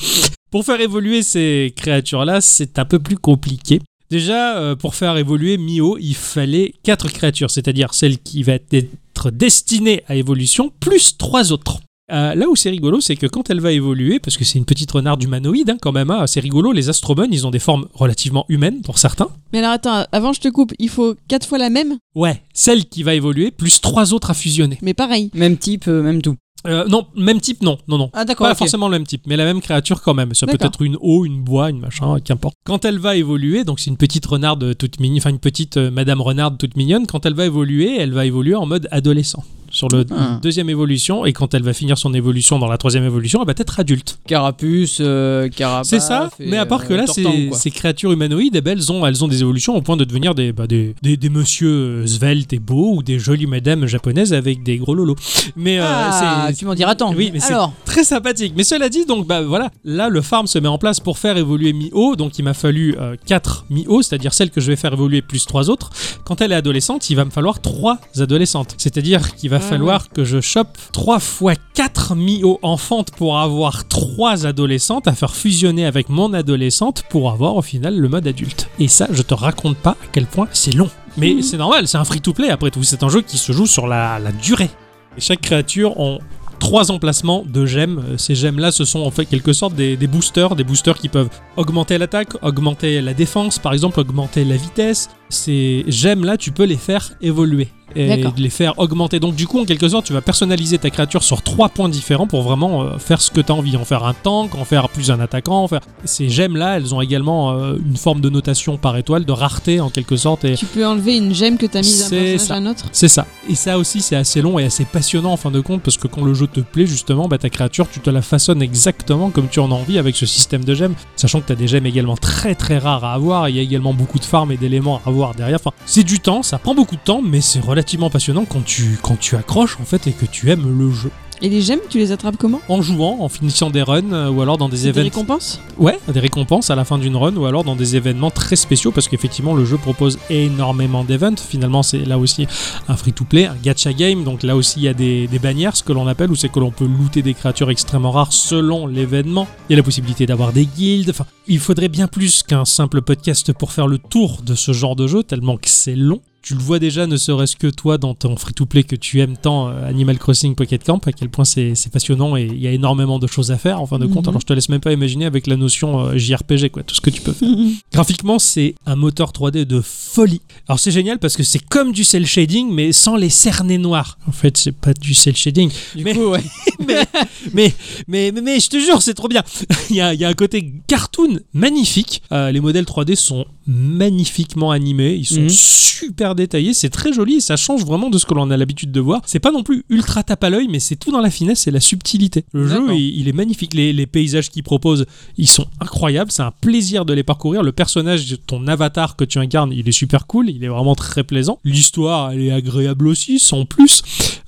Pour faire évoluer ces créatures-là, c'est un peu plus compliqué. Déjà, euh, pour faire évoluer Mio, il fallait quatre créatures, c'est-à-dire celle qui va être destinée à évolution, plus trois autres. Euh, là où c'est rigolo, c'est que quand elle va évoluer, parce que c'est une petite renarde humanoïde hein, quand même, hein, c'est rigolo, les astrobones, ils ont des formes relativement humaines pour certains.
Mais alors attends, avant je te coupe, il faut quatre fois la même,
Ouais, celle qui va évoluer, plus trois autres à fusionner.
mais pareil.
Même type, euh, même tout.
Euh, non, même type, non, non, non.
Ah d'accord,
Pas
ok.
forcément le même type, mais la même créature quand même. Ça peut
D'accord.
être une eau, une bois, une machin, qu'importe. Quand elle va évoluer, donc c'est une petite renarde toute mignonne, enfin une petite euh, madame renarde toute mignonne, quand elle va évoluer, elle va évoluer en mode adolescent. Sur le
Ah.
deuxième évolution, et quand elle va finir son évolution dans la troisième évolution, elle va être adulte.
Carapuce, euh, carapace.
c'est ça,
et,
mais à part que
euh,
là,
tortan,
ces,
quoi.
ces créatures humanoïdes, eh ben, elles, ont, elles ont des évolutions au point de devenir des, bah, des, des, des messieurs euh, sveltes et beaux, ou des jolies madames japonaises avec des gros lolos. Mais euh,
Ah,
c'est-
tu m'en diras tant.
Oui, mais c'est-
Alors,
Très sympathique. Mais cela dit, donc bah voilà, là le farm se met en place pour faire évoluer Mio. Donc il m'a fallu 4 Mio, c'est-à-dire celle que je vais faire évoluer plus 3 autres. Quand elle est adolescente, il va me falloir 3 adolescentes. C'est-à-dire qu'il va falloir que je chope 3 fois 4 Mio enfantes pour avoir 3 adolescentes à faire fusionner avec mon adolescente pour avoir au final le mode adulte. Et ça, je te raconte pas à quel point c'est long. Mais c'est normal, c'est un free-to-play après tout. C'est un jeu qui se joue sur la, la durée. Et chaque créature ont trois emplacements de gemmes. Euh, Ces gemmes-là, ce sont en fait quelque sorte des, des boosters, des boosters qui peuvent augmenter l'attaque, augmenter la défense, par exemple augmenter la vitesse. Ces gemmes-là, tu peux les faire évoluer et
D'accord.
les faire augmenter. Donc du coup, en quelque sorte, tu vas personnaliser ta créature sur trois points différents pour vraiment euh, faire ce que tu as envie, en faire un tank, en faire plus un attaquant, en faire... Ces gemmes-là, elles ont également euh, une forme de notation par étoile, de rareté en quelque sorte. Et
Tu peux enlever une gemme que t'as mise d'un
C'est
personnage
ça.
à un autre.
c'est ça. Et ça aussi, c'est assez long et assez passionnant en fin de compte, parce que quand le jeu te plaît, justement, bah, ta créature, tu te la façonnes exactement comme tu en as envie avec ce système de gemmes. Sachant que tu as des gemmes également très très rares à avoir, il y a également beaucoup de farms et d'éléments à avoir derrière. Enfin, c'est du temps, ça prend beaucoup de temps, mais c'est relativement passionnant quand tu, quand tu accroches en fait et que tu aimes le jeu.
Et les gemmes, tu les attrapes comment
En jouant, en finissant des runs, euh, ou alors dans des
C'est Des
événements.
récompenses
[LAUGHS] Ouais, des récompenses à la fin d'une run ou alors dans des événements très spéciaux parce qu'effectivement le jeu propose énormément d'events. Finalement, c'est là aussi un free-to-play, un gacha game. Donc là aussi, il y a des, des bannières, ce que l'on appelle, où c'est que l'on peut looter des créatures extrêmement rares selon l'événement. Il y a la possibilité d'avoir des guildes. Enfin, il faudrait bien plus qu'un simple podcast pour faire le tour de ce genre de jeu, tellement que c'est long. Tu le vois déjà, ne serait-ce que toi, dans ton free-to-play que tu aimes tant, euh, Animal Crossing Pocket Camp, à quel point c'est c'est passionnant et il y a énormément de choses à faire en fin de compte.
Mhm.
Alors je te laisse même pas imaginer avec la notion euh, JRPG, quoi, tout ce que tu peux faire. Graphiquement, c'est un moteur 3D de folie. Alors c'est génial parce que c'est comme du cel shading, mais sans les cernets noirs. En fait, c'est pas du cel shading.
Du
Mais-
coup, ouais.
Mais, mais, mais je te jure, c'est trop bien. [LAUGHS] il, y a, il y a un côté cartoon magnifique. Euh, les modèles 3D sont magnifiquement animés. Ils sont
Mhm.
super détaillés. C'est très joli. et Ça change vraiment de ce que l'on a l'habitude de voir. C'est pas non plus ultra tape à l'œil, mais c'est tout dans la finesse et la subtilité. Le jeu,
D'accord.
il, il est magnifique. Les, les paysages qu'il propose, ils sont incroyables. C'est un plaisir de les parcourir. Le personnage, ton avatar que tu incarnes, il est super cool. Il est vraiment très plaisant. L'histoire, elle est agréable aussi, sans plus.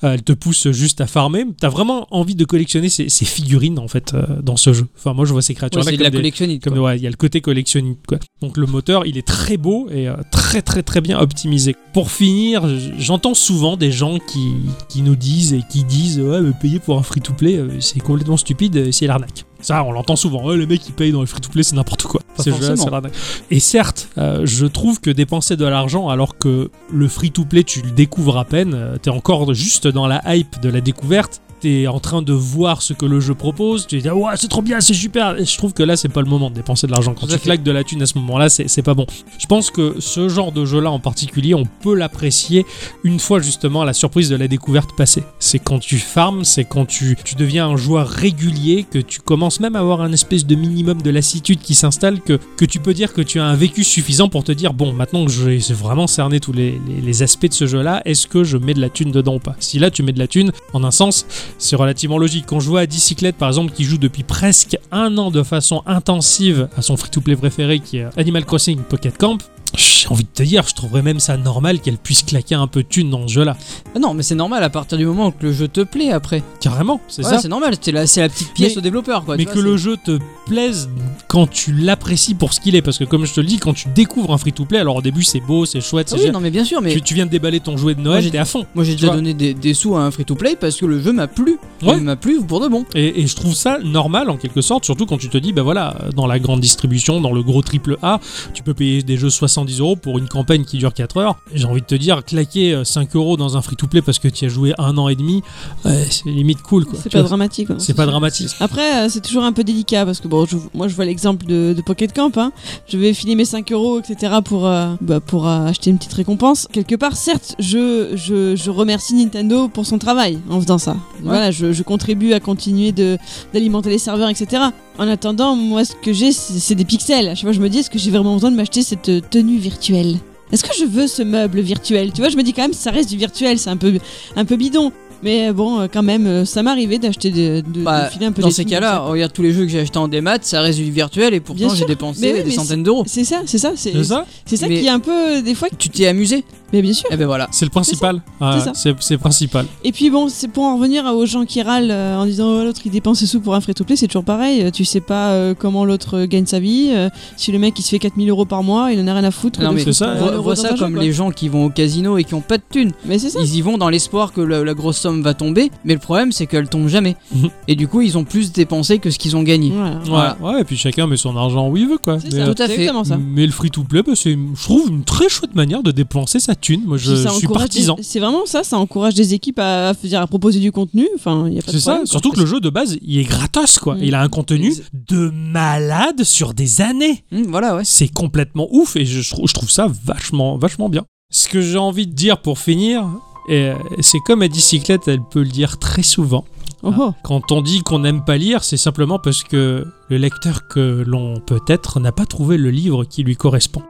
Euh, Elle te pousse juste à farmer. T'as vraiment envie de collectionner ces, ces figurines en fait euh, dans ce jeu. Enfin, moi je vois ces
Ouais,
créatures là
c'est de
comme,
la
des-
collectionnite.
comme
quoi.
ouais, il y a le côté collectionniste quoi. Donc le moteur, il est très beau et euh, très très très bien optimisé. Pour finir, j- j'entends souvent des gens qui, qui nous disent et qui disent ouais, mais payer pour un free to play, c'est complètement stupide, euh, c'est l'arnaque. Ça, on l'entend souvent. Ouais, les mecs qui payent dans le free to play, c'est n'importe quoi.
Pas
Ces jeux-là,
forcément.
c'est l'arnaque. Et certes, euh, je trouve que dépenser de l'argent alors que le free-to-play, tu le découvres à peine, euh, t'es encore juste dans la hype de la découverte, t'es en train de voir ce que le jeu propose, tu te dis « Ouah, c'est trop bien, c'est super !» Et Je trouve que là, c'est pas le moment de dépenser de l'argent. Quand
Tout à
tu
fait.
claques de la thune à ce moment-là, c'est c'est pas bon. Je pense que ce genre de jeu-là en particulier, on peut l'apprécier une fois justement la surprise de la découverte passée. C'est quand tu farmes, c'est quand tu, tu deviens un joueur régulier, que tu commences même à avoir un espèce de minimum de lassitude qui s'installe, que, que tu peux dire que tu as un vécu suffisant pour te dire bon, maintenant que j'ai vraiment cerné tous les, les- les aspects de ce jeu-là, est-ce que je mets de la thune dedans ou pas Si là tu mets de la thune, en un sens, c'est relativement logique. Quand je vois à Dicyclette par exemple qui joue depuis presque un an de façon intensive à son free-to-play préféré qui est Animal Crossing Pocket Camp, j'ai envie de te dire, je trouverais même ça normal qu'elle puisse claquer un peu de thune dans ce jeu-là.
Ah non, mais c'est normal à partir du moment que le jeu te plaît après.
Carrément, c'est
Ouais,
ça.
c'est normal, c'est la, c'est la petite pièce
Mais-
au développeur quoi.
mais
tu
que
vois,
le jeu te plaise quand tu l'apprécies pour ce qu'il est. Parce que comme je te le dis, quand tu découvres un free-to-play, alors au début c'est beau, c'est chouette,
c'est- Ah
c'est
Oui,
génial.
non, mais bien sûr, mais
Tu, tu viens de déballer ton jouet de
Moi,
Noël,
j'ai-
t'es à fond.
moi j'ai déjà
vois.
donné des, des sous à un free-to-play parce que le jeu m'a plu.
Ouais.
Il m'a plu pour de bon.
Et, et je trouve ça normal en quelque sorte, surtout quand tu te dis, bah voilà, dans la grande distribution, dans le gros triple A, tu peux payer des jeux 70 euros pour une campagne qui dure 4 heures. J'ai envie de te dire, claquer euh, 5 euros dans un free-to-play parce que tu as joué un an et demi, euh, c'est limite cool quoi.
C'est
Tu
pas
vois,
dramatique. hein.
c'est pas dramatique.
Après, euh, c'est toujours un peu délicat parce que bon, je- moi je vois l'exemple de, de Pocket Camp. hein. Je vais filer mes 5 euros, etc. pour, euh, bah, pour euh, acheter une petite récompense. Quelque part, certes, je, je, je remercie Nintendo pour son travail en faisant ça. Voilà, je, je contribue à continuer de- d'alimenter les serveurs, etc. En attendant, moi ce que j'ai, c'est c'est des pixels. À chaque fois, je me dis, est-ce que j'ai vraiment besoin de m'acheter cette euh, tenue virtuelle est-ce que je veux ce meuble virtuel Tu vois, je me dis quand même, ça reste du virtuel, c'est un peu, un peu bidon. Mais euh, bon, euh, quand même, euh, ça m'arrivait d'acheter de, de, de
Bah,
filer un peu
Dans
des
ces
thunes comme ça.
cas-là, regarde tous les jeux que j'ai achetés en démat, ça reste du virtuel et
Bien
pourtant
sûr.
j'ai dépensé
Mais oui,
des
mais
centaines d'euros.
C'est ça, c'est ça, c'est
C'est ça
c'est ça
Mais-
qui est un peu euh, des fois.
Tu t'es amusé
Mais bien sûr.
Eh ben voilà.
C'est le principal. Ah,
c'est ça.
C'est c'est principal.
Et puis bon, c'est pour en revenir aux gens qui râlent euh, en disant oh, l'autre il dépense ses sous pour un free-to-play, c'est toujours pareil. Euh, Tu sais pas euh, comment l'autre euh, gagne sa vie. euh, si le mec il se fait 4000 euros par mois, il en a rien à foutre.
Non,
de
mais
foutre
c'est ça,
un
Vois,
euro
vois
dans
ça
un jeu,
comme
quoi.
les gens qui vont au casino et qui ont pas de thunes.
Mais c'est ça.
Ils y vont dans l'espoir que la, la grosse somme va tomber, mais le problème c'est qu'elle tombe
[LAUGHS]
jamais.
Mhm.
et du coup, ils ont plus dépensé que ce qu'ils ont gagné.
Voilà.
Ouais,
Voilà.
ouais, et puis chacun met son argent où il veut quoi.
C'est
Mais,
ça,
euh,
tout à
c'est
fait.
exactement ça.
Mais le free-to-play, bah, c'est, je trouve, une très chouette manière de dépenser sa thune. Moi, je
Puis ça
suis
encourage
partisan.
des- C'est vraiment ça, ça encourage des équipes à, à, dire, à proposer du contenu. Enfin, il y a pas de
C'est ça,
problème, quoi.
surtout que le jeu de base, il est gratos quoi.
Mm.
Il a un contenu
Mais c'est-
de malade sur des années.
Mm.
Mhm, voilà, ouais.
C'est complètement ouf et je, je trouve- je trouve ça vachement, vachement bien. Ce que j'ai envie de dire pour finir, et, euh, c'est comme à Dicyclette, elle peut le dire très souvent.
Oh, oh.
Quand on dit qu'on n'aime pas lire, c'est simplement parce que le lecteur que l'on peut être n'a pas trouvé le livre qui lui correspond.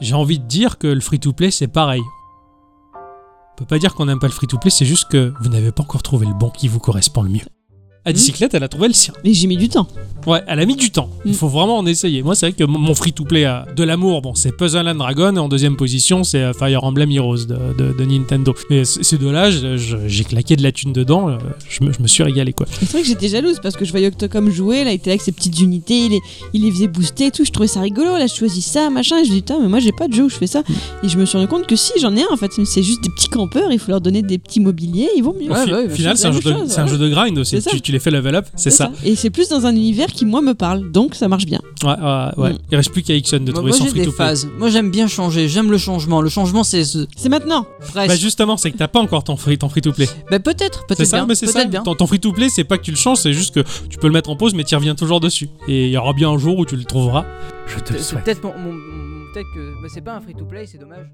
J'ai envie de dire que le free-to-play, c'est pareil. On peut pas dire qu'on n'aime pas le free-to-play, c'est juste que vous n'avez pas encore trouvé le bon qui vous correspond le mieux. À bicyclette, elle a trouvé le sien.
Mais j'ai mis du temps.
Ouais, elle a mis du temps. Il faut vraiment en essayer. Moi, c'est vrai que mon- mon free-to-play euh, de l'amour, bon, c'est Puzzle and Dragon. Et en deuxième position, c'est euh, Fire Emblem Heroes de, de- de Nintendo. Mais c- ces deux-là, je- je- j'ai claqué de la thune dedans. euh, Je me, je me suis régalé, quoi.
C'est vrai que j'étais jalouse parce que je voyais Octocom jouer, là, il était là avec ses petites unités, il les, il les faisait booster et tout, je trouvais ça rigolo, là, je choisis ça, machin, et je me dis, putain, mais moi j'ai pas de jeu où je fais ça. Et je me suis rendu compte que si, j'en ai un en fait, c'est juste des petits campeurs, il faut leur donner des petits mobiliers, ils vont mieux.
Au
Ouais,
fi-
bah oui, bah,
final,
c'est
c'est un,
la
jeu
même
de-
chose,
c'est un
ouais.
jeu de grind aussi.
C'est ça.
Tu, tu les fais level up, c'est ça.
Et c'est plus dans un univers univers qui, moi, me parle. Donc, ça marche bien.
Ouais, ouais, ouais.
Mm.
Il reste plus qu'à Ixon de
Moi,
trouver
moi,
son
j'ai
free
des
to play.
phases. Moi j'aime bien changer, j'aime le changement. Le changement c'est ce
C'est maintenant.
presque.
Bah justement, c'est que t'as pas encore ton free, ton free to play.
Bah, peut-être,
C'est
peut-être
ça,
bien.
mais c'est
Peut-être bien.
ça. Ton, free to play, c'est pas que tu le changes, c'est juste que tu peux le mettre en pause, mais tu reviens toujours dessus. Et il y aura bien un jour où tu le trouveras. Je te le
C'est
souhaite.
peut-être mon- mon- mon- peut-être que mais c'est pas un free to play, c'est dommage.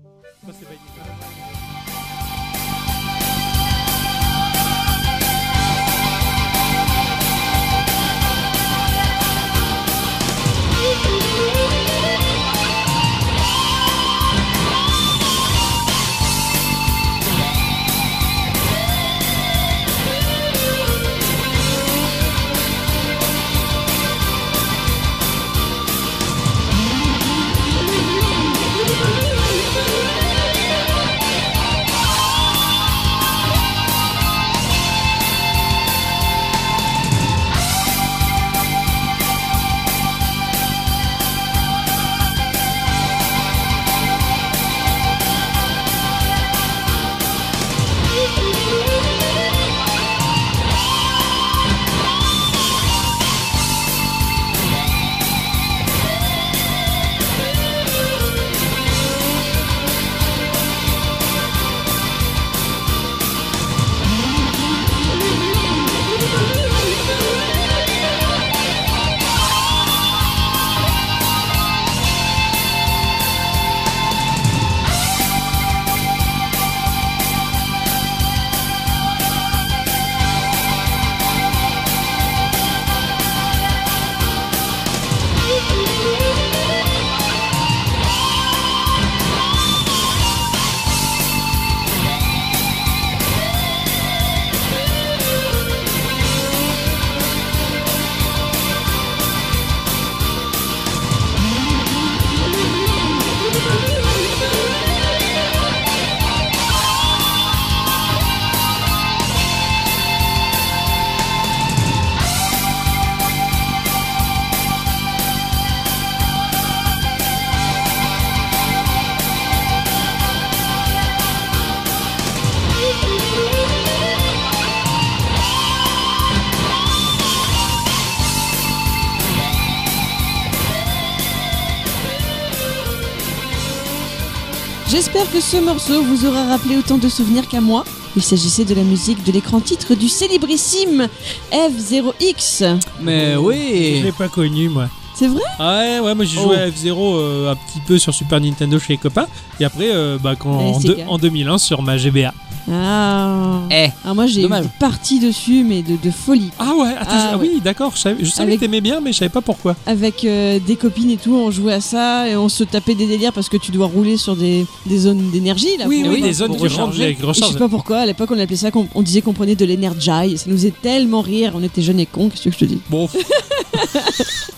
J'espère que ce morceau vous aura rappelé autant de souvenirs qu'à moi. Il s'agissait de la musique de l'écran titre du célébrissime F0X.
Mais
Je
oui.
l'ai pas connu, moi.
C'est vrai
Ouais, ouais, moi j'ai
Oh.
joué à F-Zero euh, un petit peu sur Super Nintendo chez les copains. Et après, euh, bah, quand,
La
en,
SDK.
deux- en 2001 sur ma GBA.
Ah.
Eh,
Ah, moi, j'ai eu
Dommage.
une partie dessus, mais de, de folie.
Ah ouais, attends,
Ah
ah oui, d'accord. Je savais, je savais
Avec-
que t'aimais bien, mais je savais pas pourquoi.
Avec euh, des copines et tout, on jouait à ça et on se tapait des délires parce que tu dois rouler sur des, des zones d'énergie. là.
oui,
pour-
oui,
des
pour
zones qui
recharger.
rendent les
Et je sais
recharges.
pas pourquoi, à l'époque on appelait ça, qu'on- on disait qu'on prenait de l'énergie, ça nous faisait tellement rire, on était jeunes et cons, qu'est-ce que je te dis
[LAUGHS] Bon.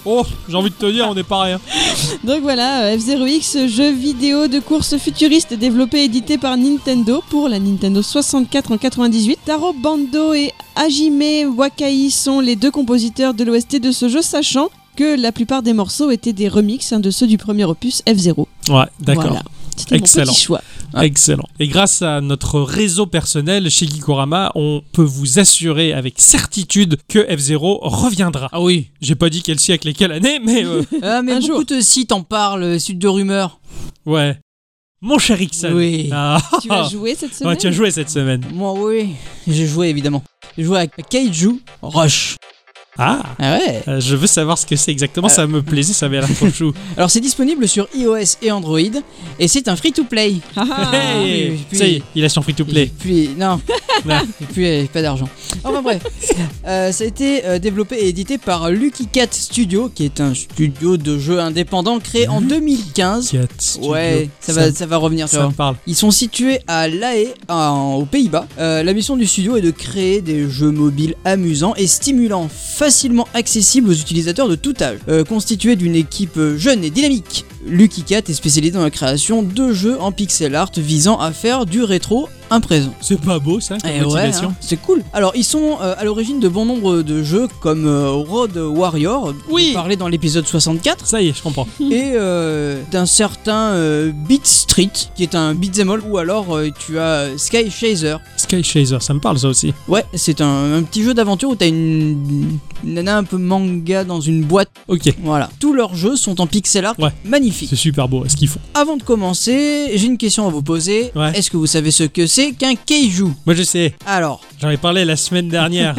oh, j'ai envie de te dire, on est pareil. hein.
Donc voilà, euh, F0X, jeu vidéo de course futuriste développé et édité par Nintendo pour la Nintendo 64 en 98. Taro Bando et Hajime Wakai sont les deux compositeurs de l'OST de ce jeu, sachant que la plupart des morceaux étaient des remixes hein, de ceux du premier opus F0.
Ouais, d'accord.
Voilà. C'était mon
Excellent.
petit choix.
Excellent. Et grâce à notre réseau personnel chez Gikorama, on peut vous assurer avec certitude que F0 reviendra. Ah oui. J'ai pas dit quel siècle et quelle année, mais [LAUGHS] euh,
[LAUGHS] Ah, mais
Un
beaucoup
jour.
de sites en parlent, sites de rumeurs.
ouais. Mon cher Ixon.
Oui.
Ah,
Tu as joué cette semaine
ouais, tu as joué cette semaine.
Moi oui, j'ai joué évidemment. J'ai joué à Kaiju Rush.
Ah.
Ah ouais.
Euh, Je veux savoir ce que c'est exactement, ça me plaisait, ça avait l'air trop chou.
Alors c'est disponible sur iOS et Android et c'est un free to play.
Ah, ah.
Hey,
oui, oui.
ça y est, il a son free to
Et
play.
puis non, [LAUGHS]
Non.
et puis euh, pas d'argent. Enfin bref, Euh, ça a été euh, développé et édité par Lucky Cat Studio, qui est un studio de jeux indépendant créé en 2015.
Cat Studio.
Ouais, ça va, ça va revenir. tu
ça
vas
me parle.
Ils sont situés à La Haye, en- aux Pays-Bas. Euh, la mission du studio est de créer des jeux mobiles amusants et stimulants, facilement accessibles aux utilisateurs de tout âge. Euh, constitué d'une équipe jeune et dynamique, Lucky Cat est spécialisé dans la création de jeux en pixel art visant à faire du rétro un présent.
C'est pas beau ça, comme
Eh ouais,
motivation.
hein, c'est cool. Alors, ils sont euh, à l'origine de bon nombre de jeux comme euh, Road Warrior,
[LAUGHS] Oui.
dont on parlait dans l'épisode 64,
Ça y est, je comprends.
et euh, d'un certain euh, Beat Street, qui est un beat'em all, ou alors euh, tu as euh, Sky Chaser.
Sky Chaser, ça me parle ça aussi.
Ouais, c'est un, un petit jeu d'aventure où t'as une, Une nana un peu manga dans une boîte.
Ok,
Voilà. Tous leurs jeux sont en pixel art.
Ouais.
Magnifique.
c'est super beau ce qu'ils font.
Avant de commencer, j'ai une question à vous poser.
Ouais.
Est-ce que vous savez ce que c'est qu'un keiju
Moi je sais,
Alors,
j'en ai parlé la semaine dernière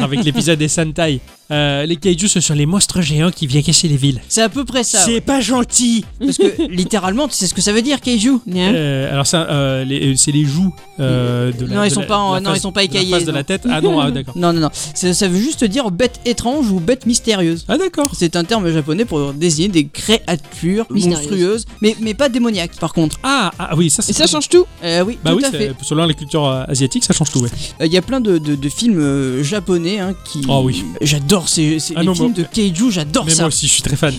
[LAUGHS]
avec l'épisode des Sentai. Euh, les kaiju, ce sont les monstres géants qui viennent cacher les villes.
c'est à peu près ça.
C'est
ouais.
pas gentil
Parce que [LAUGHS] littéralement, tu sais ce que ça veut dire keiju
Nya.
Euh, Alors ça, euh, les- euh, c'est les joues euh, de la
Non, ils
de
sont
la-
pas en-
de la
non,
face-
ils sont pas
de la
écaillés,
face de la
non.
tête. Ah non, ah, d'accord.
Non, non, non. Ça, ça veut juste dire bête étrange ou bête mystérieuse.
Ah d'accord.
C'est un terme japonais pour désigner des créatures
Mystérieuses.
monstrueuses, mais, mais pas démoniaques par contre.
Ah, ah oui, ça
Et
c'est.
ça change tout.
Euh, oui,
Bah
tout
oui,
à
c'est-
fait. Euh,
selon les cultures euh, asiatiques, ça change tout. Ouais.
Il y a plein de, de- de films euh, japonais hein, qui.
Ah oui.
J'adore ces, ces-
Ah
les
non,
films
moi-
de Keiju, j'adore
Mais
Oh, ça.
moi aussi, je suis
[LAUGHS]
très fan.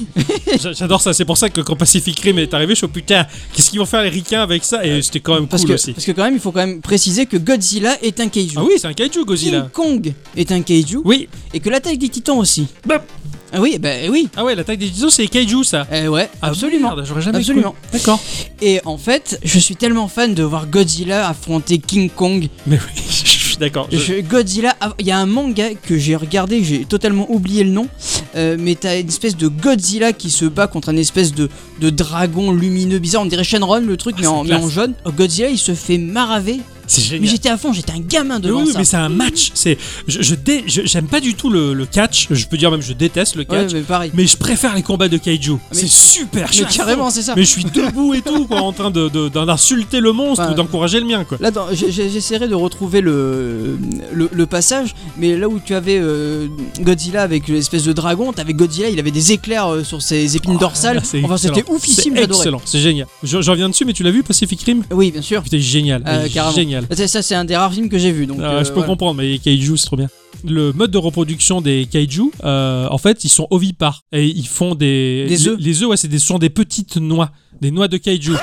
J'a- J'adore ça. C'est pour ça que quand Pacific Rim est arrivé, je suis oh, putain, qu'est-ce qu'ils vont faire les ricains avec ça Et c'était quand même
parce,
cool
que,
aussi.
parce que quand même, il faut quand même préciser que Godzilla est un Keiju.
Ah oui, c'est un kaiju Godzilla.
King Kong est un Keiju
Oui.
et que l'attaque des titans aussi.
Bah.
Ah oui, bah oui.
Ah ouais, l'attaque des titans, c'est les kaiju ça.
Euh, ouais,
Ah,
absolument.
merde, J'aurais jamais cru.
Absolument.
D'accord. [LAUGHS]
Et en fait, je suis tellement fan de voir Godzilla affronter King Kong
Mais oui, je suis d'accord. Je-
Je- Godzilla, ah, il y a un manga que j'ai regardé, j'ai totalement oublié le nom, euh, mais t'as une espèce de Godzilla qui se bat contre un espèce de, de dragon lumineux bizarre, on dirait Shenron le truc,
Ah,
mais, en,
c'est
mais en
classe.
jaune. Oh, Godzilla, il se fait maraver,
C'est
mais
génial.
j'étais à fond, j'étais un gamin
Oui,
devant
oui,
ça.
mais c'est un match. C'est, je, je dé- je- j'aime pas du tout le, le catch. Je peux dire même, je déteste le
Ouais,
catch.
mais pareil.
Mais je préfère les combats de kaiju. c'est super. je suis
Mais
à fond.
carrément, c'est ça.
Mais je suis debout et tout, quoi, en train de, de- d'en insulter le monstre
Enfin,
ou d'encourager le mien, quoi.
Là, dans- j'ai- j'ai- j'essaierai de retrouver le, le, le passage, mais là où tu avais euh, Godzilla avec l'espèce de dragon, t'avais Godzilla, il avait des éclairs euh, sur ses épines dorsales.
Ah, c'est
Enfin, c'était
excellent.
oufissime,
C'est
j'adorais.
excellent, c'est génial. Je- J'en reviens dessus, mais tu l'as vu, Pacific Rim
Oui, bien sûr.
Putain, génial.
Euh, carrément.
génial.
Ça, ça, c'est un des rares films que j'ai vu. Donc,
Ah,
euh,
je peux
voilà.
comprendre, mais les kaiju, c'est trop bien. Le mode de reproduction des kaiju, euh, en fait, ils sont ovipares. Et ils font des.
Des
les-
œufs.
Les œufs, ouais, c'est des, ce sont des petites noix. Des noix
[LAUGHS]
de kaiju.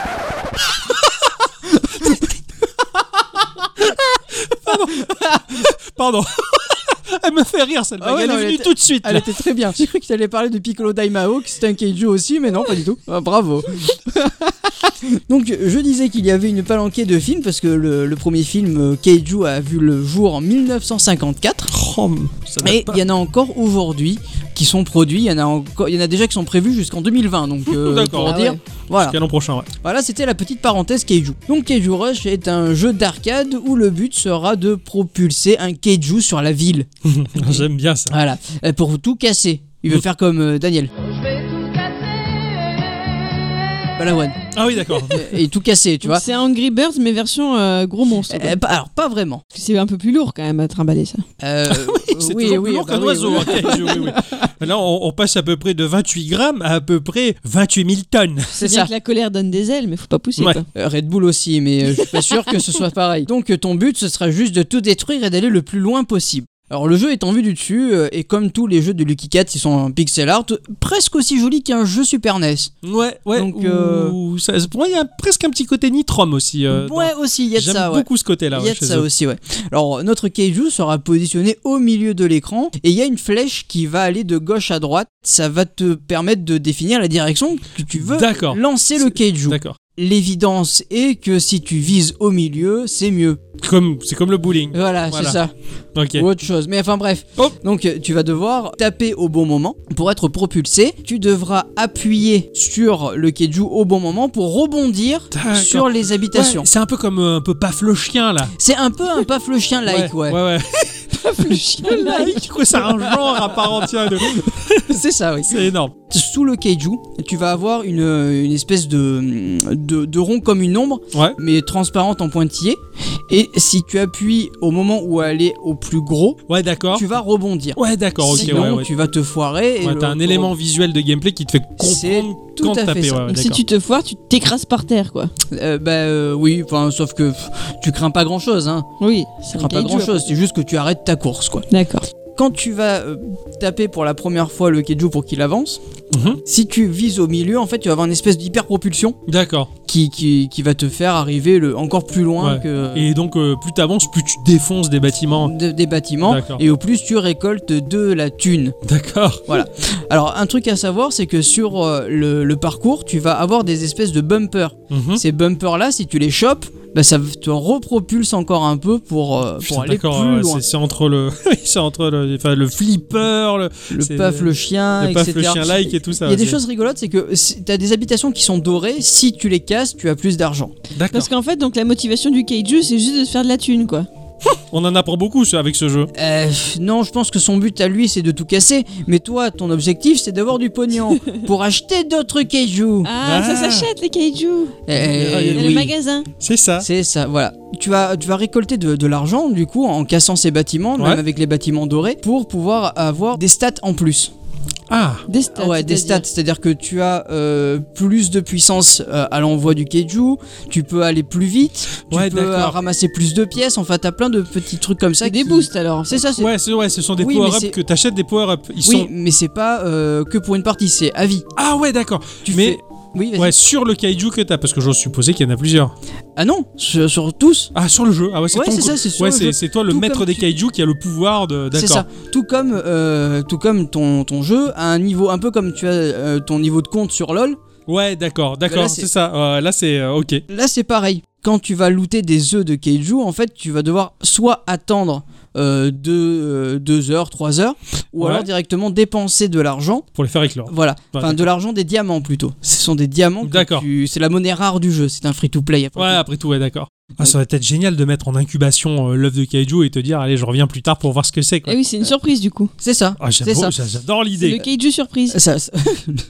Pardon. [LAUGHS] Pardon. Elle me fait rire, celle-là.
Ah ouais,
Elle
non,
est
elle
venue
était-
tout de suite.
Elle
là.
était très bien. [LAUGHS] J'ai cru que tu allais parler de Piccolo Daimao, qui c'était un kaiju aussi, mais non, pas du tout. Ah, bravo. [LAUGHS] Donc, je disais qu'il y avait une palanquée de films, parce que le, le premier film euh, Kaiju a vu le jour en 1954.
Oh, ça date
Et
pas.
il y en a encore aujourd'hui qui sont produits. Il y en a encore, il y en a déjà qui sont prévus jusqu'en 2020.
[LAUGHS]
Donc, euh,
D'accord.
pour
Ah
dire,
ouais.
voilà.
Jusqu'à l'an prochain, ouais.
Voilà, c'était la petite parenthèse Keiju. Donc Keiju Rush est un jeu d'arcade où le but sera de propulser un Keiju sur la ville.
J'aime bien ça.
Voilà, Euh, pour tout casser. Il veut
Mm.
faire comme euh, Daniel
Je vais tout casser.
Palawan.
Ah oui,
[LAUGHS]
d'accord.
Euh, Et tout casser, tu vois.
C'est Angry Birds, mais version euh, gros monstre. quoi.
Euh, pas- alors, pas vraiment.
C'est un peu plus lourd quand même à trimballer ça.
[LAUGHS]
Euh,
Ah C'est toujours plus lourd
bah
qu'un
oui,
oiseau.
oui.
hein, kaiju,
[LAUGHS]
oui, oui. Là, on, on passe à peu près de 28 grammes à à peu près 28 000 tonnes.
C'est
bien
ça.
que la colère donne des ailes, mais faut pas pousser.
Ouais.
quoi.
Euh, Red Bull aussi, mais euh, je suis pas sûr que ce soit pareil.
[LAUGHS]
Donc euh, ton but, ce sera juste de tout détruire et d'aller le plus loin possible. Alors le jeu est en vue du dessus, euh, et comme tous les jeux de Lucky Cat, ils sont en pixel art, presque aussi joli qu'un jeu Super E NES.
Ouais, ouais.
Donc,
ou-
euh,
ça- pour moi, il y a presque un petit côté Nitrom aussi. euh,
ouais,
dans-
aussi, il y a de
J'aime
ça, ouais.
beaucoup ce côté-là.
Il y
ouais,
a de
chez
ça
eux.
aussi, ouais. Alors, notre Keiju sera positionné au milieu de l'écran et il y a une flèche qui va aller de gauche à droite. Ça va te permettre de définir la direction que tu veux
D'accord.
lancer le
C'est-
Keiju.
D'accord.
L'évidence est que si tu vises au milieu, c'est mieux.
Comme, c'est comme le bowling.
Voilà,
Voilà.
c'est ça.
Ok.
Ou autre chose. Mais enfin, bref.
Oh.
Donc, euh, tu vas devoir taper au bon moment pour être propulsé. Tu devras appuyer sur le Keiju au bon moment pour rebondir
D'accord.
sur les
Ouais,
habitations.
c'est un peu comme euh, un peu paf le chien là.
C'est un peu un paf le chien-like, ouais.
Ouais, ouais.
[LAUGHS]
Le chien, là, il-
Du coup, c'est un genre à part entière. de-
c'est ça, oui.
C'est énorme.
sous le keiju, tu vas avoir une, euh, une espèce de, de, de rond comme une ombre,
Ouais.
mais transparente en pointillé. Et si tu appuies au moment où elle est au plus gros,
Ouais, d'accord.
tu vas rebondir.
Ouais, d'accord. Ok.
Sinon,
ouais, ouais.
tu vas te foirer. et
Ouais,
le-
T'as un élément visuel de gameplay qui te fait
C'est
comprendre
tout
quand
à fait
taper.
ça.
Ah ouais, ouais,
Donc si
d'accord.
tu te foires, tu t'écrases par terre, quoi.
Euh, bah euh, oui, enfin, sauf que pff, tu crains pas grand chose. Hein.
Oui,
Tu
ça
crains pas grand chose, c'est juste que tu arrêtes ta course quoi.
D'accord.
Quand tu vas euh, taper pour la première fois le keiju pour qu'il avance,
Mhm.
si tu vises au milieu, en fait, tu vas avoir une espèce d'hyper propulsion
D'accord.
qui, qui, qui va te faire arriver le, encore plus loin
Ouais.
que.
Et donc, euh, plus t'avances, plus tu défonces des bâtiments.
de- des bâtiments
D'accord.
et au plus tu récoltes de la thune.
D'accord.
Alors un truc à savoir c'est que sur euh, le, le parcours tu vas avoir des espèces de bumpers.
Mhm.
Ces bumpers là si tu les chopes bah, ça te repropulse encore un peu pour, euh,
Putain,
pour aller plus
d'accord, ouais,
loin.
c'est- C'est entre le, [LAUGHS] c'est entre le, enfin, le flipper, le, c'est-
Le paf le chien,
le paf,
Ah, etc.
le chien like et tout ça.
Il y a des
c'est-
choses rigolotes, c'est que si- t'as des habitations qui sont dorées, si tu les casses, tu as plus d'argent.
D'accord.
Parce qu'en fait, donc la motivation du kaiju, c'est juste de se faire de la thune, quoi.
On en apprend beaucoup ce- avec ce jeu.
Euh, non, je pense que son but à lui, c'est de tout casser, mais toi, ton objectif, c'est d'avoir du
[LAUGHS]
pognon pour acheter d'autres cailloux.
Ah,
Ah.
ça s'achète les kaiju.
Euh,
Il y a
Il y a
oui.
le magasin.
C'est ça.
C'est ça, voilà. Tu vas, tu vas récolter de, de l'argent, du coup, en cassant ces bâtiments,
Ouais.
même avec les bâtiments dorés, pour pouvoir avoir des stats en plus.
Ah.
Des stats.
ouais, des
c'est-à-dire.
stats, c'est-à-dire que tu as euh, plus de puissance euh, à l'envoi du keiju, tu peux aller plus vite, tu
Ouais,
peux
d'accord.
euh, ramasser plus de pièces, enfin, t'as plein de petits trucs comme ça.
C'est des
qui-
boosts alors. en fait.
C'est ça, c'est.
Ouais, c'est- ouais, ce sont des
Oui, mais
power-up
c'est-
que t'achètes des power-up. Ils
oui,
sont.
mais c'est pas euh, que pour une partie, c'est à vie.
Ah ouais, d'accord.
Tu
Mais
fais- Oui, vas-y.
ouais, sur le kaiju que t'as, parce que j'ose supposer qu'il y en a plusieurs.
Ah non, sur, sur tous.
Ah, sur le jeu. Ah ouais, c'est
Ouais,
ton
c'est
co-
ça, c'est sur
Ouais,
le
c'est
jeu.
c'est toi le
Tout
maître
comme
des
tu-
kaiju qui a le pouvoir de.
C'est
D'accord.
ça. Tout comme, euh, tout comme ton, ton jeu a un niveau, un peu comme tu as euh, ton niveau de compte sur LoL,
Ouais, d'accord, d'accord,
Bah, là,
c'est...
c'est-
ça. Ouais, là, c'est euh, ok.
Là, c'est pareil. Quand tu vas looter des œufs de Keiju, en fait, tu vas devoir soit attendre euh, 2 heures, 3 heures, ou
Ouais.
alors directement dépenser de l'argent.
Pour les faire éclore.
Voilà.
Ouais,
enfin, de l'argent, des diamants plutôt. Ce sont des diamants. que
D'accord.
tu- C'est la monnaie rare du jeu. C'est un free-to-play. après
Ouais,
tout.
après tout, ouais, d'accord. Ah, ça va être génial de mettre en incubation euh, l'œuf de kaiju et te dire, allez, je reviens plus tard pour voir ce que c'est. Quoi.
Eh oui, c'est une surprise du coup.
C'est ça.
Ah, j'aime
c'est
beau-
ça.
j'a- j'adore
C'est le
l'idée.
kaiju surprise.
Ça- [LAUGHS] ça-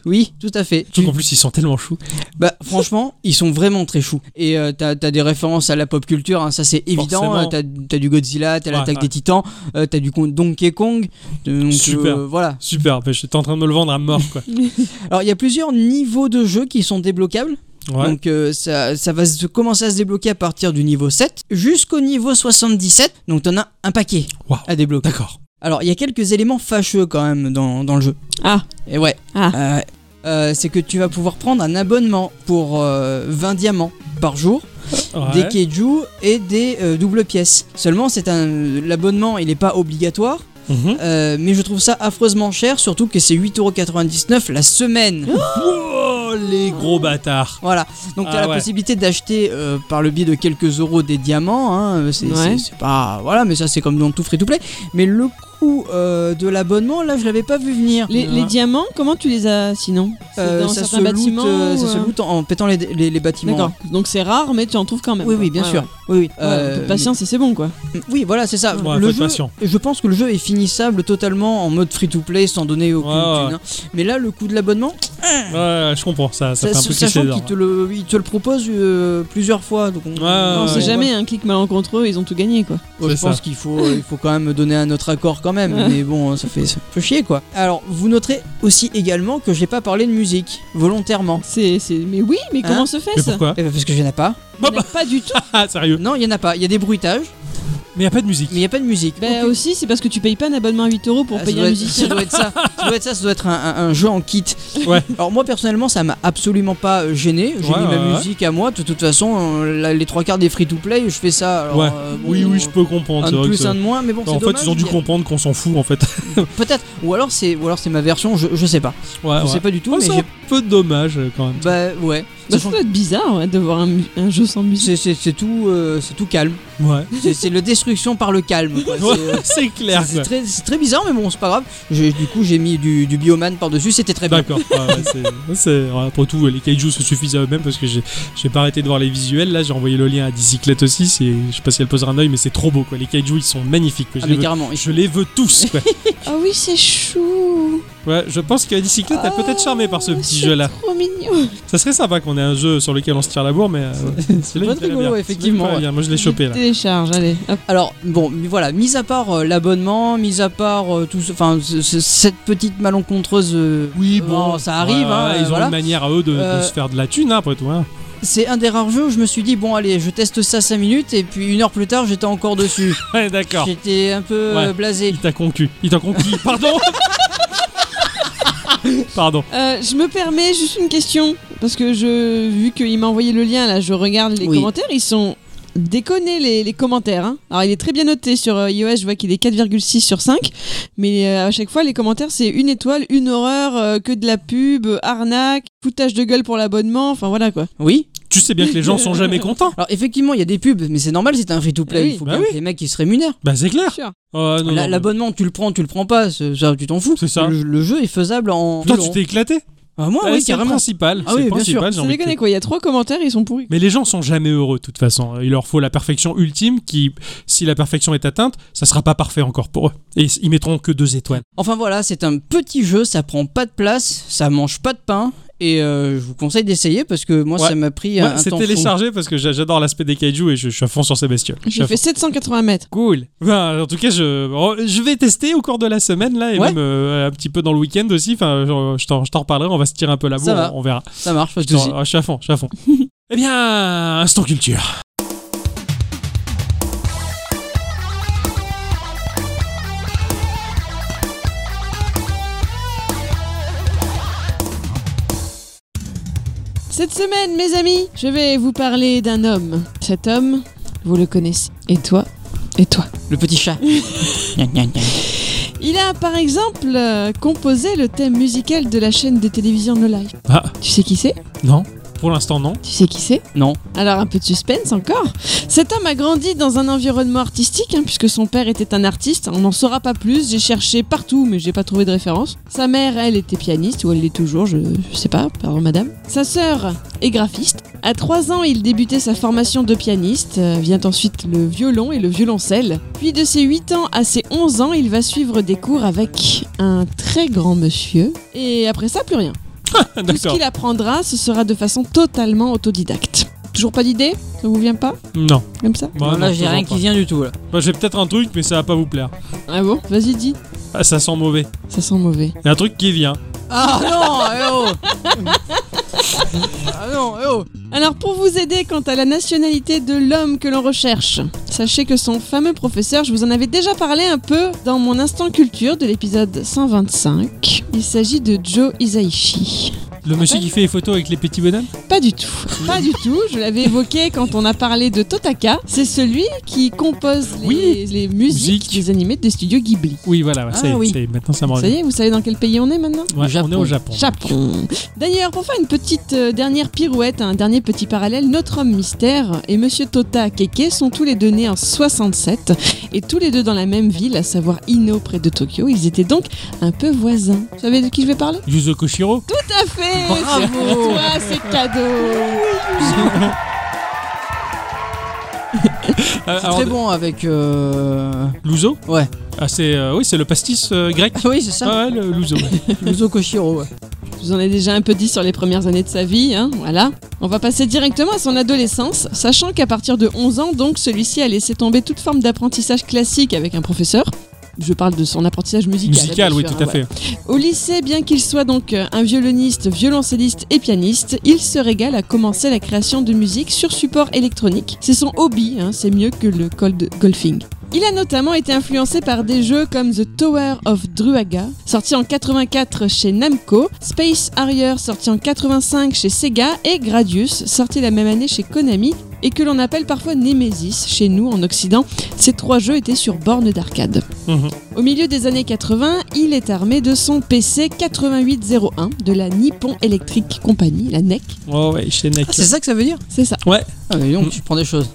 oui, tout à fait.
Surtout
Tu-
qu'en plus, ils sont tellement choux.
bah, franchement, ils sont vraiment très choux. Et euh, t'as t'as des références à la pop culture, hein, ça c'est évident.
Forcément.
Euh, T'as t'as du Godzilla, t'as
Ouais,
l'attaque
ouais.
des Titans, euh, t'as du con- Donkey Kong. Donc,
Super.
euh, voilà.
Super, bah, j'étais en train de me le vendre à mort,
[LAUGHS]
quoi.
Alors il y a plusieurs niveaux de jeu qui sont débloquables.
Ouais.
Donc euh, ça, ça va se- commencer à se débloquer à partir du niveau 7 jusqu'au niveau 77. Donc t'en as un paquet
Waouh.
à débloquer.
D'accord.
Alors il y a quelques éléments fâcheux quand même dans, dans le jeu.
Ah.
Et ouais. Euh, euh, c'est que tu vas pouvoir prendre un abonnement pour euh, 20 diamants par jour,
Ouais.
des keiju et des euh, doubles pièces. Seulement, c'est un l'abonnement, il n'est pas obligatoire,
Mhm.
euh, mais je trouve ça affreusement cher, surtout que c'est 8,99€ la semaine.
Wow, les gros bâtards.
Voilà, donc tu
Ah
as la
ouais.
possibilité d'acheter euh, par le biais de quelques euros des diamants, hein, euh, c'est
Ouais.
c'est- c'est pas... Voilà, mais ça c'est comme dans tout free-to-play. Mais le coût euh, de l'abonnement, là je l'avais pas vu venir.
Les, les diamants, comment tu les as sinon C'est
Euh,
dans
ça, se
certains
loot,
bâtiments
euh,
ou,
ça se
euh,
loot en, en pétant les, les- les bâtiments. hein.
D'accord. Donc c'est rare, mais tu en trouves quand même.
Oui,
quoi.
oui, bien
Ouais,
sûr.
ouais.
Oui, oui.
Ouais,
Euh,
un peu de patience et c'est bon quoi.
mais- Oui, voilà, c'est ça.
Ouais, faut
le
être
jeu,
patient.
je pense que le jeu est finissable totalement en mode free-to-play sans donner aucune
Ouais, ouais.
thune, hein. Mais là, le coût de l'abonnement,
Ouais, je comprends, ça,
ça-
ça, fait un peu cliché
sachant
dedans.
qu'il te le, il te le propose euh, plusieurs fois, donc on,
Ah,
on
ouais.
sait jamais, un clic malencontreux, ils ont tout gagné quoi.
Ouais, je
C'est
pense
ça.
qu'il faut, euh, il faut quand même donner un autre accord quand même,
Ouais.
mais bon, hein, ça fait, ça fait chier quoi. Alors, vous noterez aussi également que j'ai pas parlé de musique, volontairement.
C'est, c'est... Mais oui, mais
Hein
comment se fait
Mais
ça
pourquoi [LAUGHS]
Eh ben, Parce que j'en ai pas.
Il y en a Pas du tout.
Ah, sérieux.
Non, il y en a pas. Il y a des bruitages,
Mais y a pas de musique.
mais il y a pas de musique.
Bah
Aucune-
aussi, c'est parce que tu payes pas un abonnement à 8 euros pour
Ah, ça
payer
doit
un
être-
musicien.
Ça
[LAUGHS]
doit être ça. Ça doit être ça. Ça doit être un, un- un jeu en kit.
Ouais.
Alors moi personnellement, ça m'a absolument pas euh, gêné. J'ai
Ouais,
mis
ouais,
ma
ouais.
musique à moi. De toute façon, euh, la- les trois quarts des free to play, je fais ça. Alors,
Ouais.
euh, bon,
Oui, oui, je peux comprendre.
Un
c'est
de
vrai que
plus,
ça-
un de moins, mais bon, c'est
en fait,
dommage,
ils ont dû
il y a-
comprendre qu'on s'en fout, en fait.
Peut-être. Ou alors c'est, ou alors c'est ma version. Je, je sais pas.
Ouais,
je
ouais.
sais pas du tout,
Oh,
mais
c'est
j'ai.
un peu dommage, euh, quand même.
Bah
[LAUGHS]
ouais.
Bah, ça
Sachant
doit être bizarre ouais, de voir un, mu- un jeu sans musique.
C'est, c'est- c'est tout, euh, c'est tout calme.
Ouais.
C'est, c'est le destruction par le calme. quoi. C'est, euh,
[LAUGHS] Ouais, C'est clair,
c'est
quoi.
très, c'est très bizarre, mais bon, c'est pas grave. J'ai- du coup, j'ai mis du, du Bioman par-dessus, c'était très bien.
Eh, D'accord, ouais, ouais, c'est- c'est- ouais, après tout, les kaiju se suffisent à eux-mêmes parce que j'ai j'ai pas arrêté de voir les visuels. Là, j'ai envoyé le lien à Dicyclette aussi. c'est- Je sais pas si elle posera un oeil, mais c'est trop beau quoi. Les kaiju ils sont magnifiques. quoi. Je,
Ah,
les
mais
veux,
carrément.
je les veux tous.
[LAUGHS]
Quoi.
Ah oui, c'est chou.
Ouais, je pense que Dicyclette est
Ah,
peut-être charmée par ce
Oh,
petit
c'est
jeu là.
Trop mignon.
Ça serait sympa qu'on ait un jeu sur lequel on se tire la bourre, mais euh,
pas
celui-là, il me plaît
rigolo,
bien.
effectivement,
Celui-là, il me plaît
ouais.
bien. Moi je l'ai chopé là.
Télécharge, allez. Hop.
Alors bon, mais voilà, mis à part euh, l'abonnement, mis à part euh, tout, ce- enfin ce- ce- cette petite malencontreuse. euh,
Oui,
bon, ça arrive, hein,
ils ont
voilà.
une manière à eux de, de
Euh,
se faire de la thune hein,
[LAUGHS]
après tout. hein.
C'est un des rares jeux où je me suis dit bon allez, je teste ça 5 minutes et puis une heure plus tard j'étais encore dessus.
Ouais, d'accord.
j'étais un peu euh,
Ouais.
blasé.
Il t'a conquis. Il t'a conquis.
[LAUGHS]
Pardon. Pardon.
Euh, je me permets juste une question parce que je vu qu'il m'a envoyé le lien là, je regarde les
Oui.
commentaires, ils sont déconnés les, les commentaires. hein. Alors il est très bien noté sur euh, iOS, je vois qu'il est 4,6 sur 5, mais euh, à chaque fois les commentaires c'est une étoile, une horreur, euh, que de la pub, euh, arnaque, foutage de gueule pour l'abonnement, enfin voilà quoi.
Oui.
Tu sais bien que les gens sont
[LAUGHS]
jamais contents.
Alors effectivement, il y a des pubs, mais c'est normal, c'est un free-to-play.
Ah oui.
Il faut
Bah
bien
oui.
que les mecs ils se rémunèrent.
Bah c'est clair.
Sûr.
Euh, non,
La-
non,
L'abonnement, tu le prends, tu le prends pas, c'est- ça, tu t'en fous.
C'est ça.
Le, le jeu est faisable en.
Toi,
deux
tu
ans.
t'es éclaté.
Ah, moi,
Ah,
oui,
c'est le
carrément.
principal.
Ah
c'est
oui,
le
bien sûr.
principal, j'ai
Sans
envie de te
déconner quoi, il y a trois commentaires, ils sont pourris.
Mais les gens sont jamais heureux de toute façon. Il leur faut la perfection ultime qui, si la perfection est atteinte, ça sera pas parfait encore pour eux. Et ils mettront que deux étoiles.
Enfin voilà, c'est un petit jeu, ça prend pas de place, ça mange pas de pain. Et euh, je vous conseille d'essayer parce que moi
Ouais.
ça m'a pris
Ouais,
un
c'est
temps. fou.
téléchargé parce que j'a- j'adore l'aspect des kaiju et je, je suis à fond sur ces bestioles. Je suis
J'ai
à
fait 780 mètres.
fond. Cool. Ben, en tout cas, je, oh, je vais tester au cours de la semaine là et
Ouais.
même euh, un petit peu dans le week-end aussi. Enfin, je, je t'en je t'en reparlerai. On va se tirer un peu la
Ça
bourre.
va.
On, on verra.
Ça marche, pas de
Je,
soucis.
ah, je suis à fond. Je
[LAUGHS]
suis à fond. eh bien, instant culture.
Cette semaine, mes amis, je vais vous parler d'un homme. Cet homme, vous le connaissez. Et toi Et toi
Le petit
[LAUGHS]
chat. Gna, gna, gna.
Il a par exemple euh, composé le thème musical de la chaîne de télévision No Life.
Ah.
Tu sais qui c'est
Non, pour l'instant non.
Tu sais qui c'est
non.
Alors un peu de suspense encore. Cet homme a grandi dans un environnement artistique hein, puisque son père était un artiste. On n'en saura pas plus. J'ai cherché partout mais j'ai pas trouvé de référence. Sa mère, elle était pianiste ou elle l'est toujours, je, je sais pas, pardon madame. Sa sœur est graphiste. À 3 ans, il débutait sa formation de pianiste. Euh, vient ensuite le violon et le violoncelle. Puis de ses 8 ans à ses 11 ans, il va suivre des cours avec un très grand monsieur. Et après ça, plus rien. Tout ce
D'accord.
qu'il apprendra, ce sera de façon totalement autodidacte. Toujours pas d'idée Ça vous vient pas
Non.
Comme ça
Bah,
Non, là
non,
j'ai rien
toujours
qui
pas.
vient du tout là.
Bah, j'ai peut-être un truc, mais ça va pas vous plaire.
Ah bon Vas-y, dis.
Ah, ça sent mauvais.
Ça sent mauvais.
Il y a un truc qui vient.
Ah non, eh [LAUGHS] oh Ah non, eh oh
Alors, pour vous aider quant à la nationalité de l'homme que l'on recherche, sachez que son fameux professeur, je vous en avais déjà parlé un peu dans mon instant culture de l'épisode 125. Il s'agit de Joe Isaichi.
Le monsieur qui fait les photos avec les petits bonhommes
Pas du tout. Pas du tout. Je l'avais évoqué quand on a parlé de Totaka. C'est celui qui compose les,
Oui.
les musiques
Musique.
des animés des studios Ghibli.
Oui, voilà, ouais,
Ah
ça y est,
oui.
ça y est, maintenant ça me
Ça y
revient.
est, vous savez dans quel pays on est maintenant
Ouais,
Le
on est au Japon.
Japon. D'ailleurs, pour faire une petite euh, dernière pirouette, un dernier petit parallèle, notre homme mystère et Monsieur Tota Keke sont tous les deux nés en 67 et tous les deux dans la même ville, à savoir Ino près de Tokyo. Ils étaient donc un peu voisins. Vous savez de qui je vais parler
Yuzo Koshiro
Tout à fait
Bravo.
c'est pour toi, c'est cadeau
Ah,
C'est
alors,
très bon avec. euh,
Luzo
Ouais.
Ah, c'est, euh, oui, c'est le pastis euh, grec.
Oui, c'est ça.
Ah ouais, le
[LAUGHS]
Luzo.
Yuzo Koshiro, ouais.
Je vous en ai déjà un peu dit sur les premières années de sa vie, hein, voilà. On va passer directement à son adolescence, sachant qu'à partir de 11 ans, donc, celui-ci a laissé tomber toute forme d'apprentissage classique avec un professeur. Je parle de son apprentissage musical.
Musical,
bien
oui,
sûr,
tout à
hein,
fait.
au lycée, bien qu'il soit donc euh, un violoniste, violoncelliste et pianiste, il se régale à commencer la création de musique sur support électronique. C'est son hobby, hein, c'est mieux que le cold golfing. Il a notamment été influencé par des jeux comme The Tower of Druaga, sorti en 84 chez Namco, Space Harrier, sorti en 85 chez Sega, et Gradius, sorti la même année chez Konami, et que l'on appelle parfois Nemesis chez nous en Occident. Ces trois jeux étaient sur borne d'arcade.
Mhm.
Au milieu des années 80, il est armé de son PC 8801 de la Nippon Electric Company, la NEC.
Oh, ouais, chez Nek.
Ah, c'est ça que ça veut dire
C'est ça.
Ah, mais donc tu prends des choses.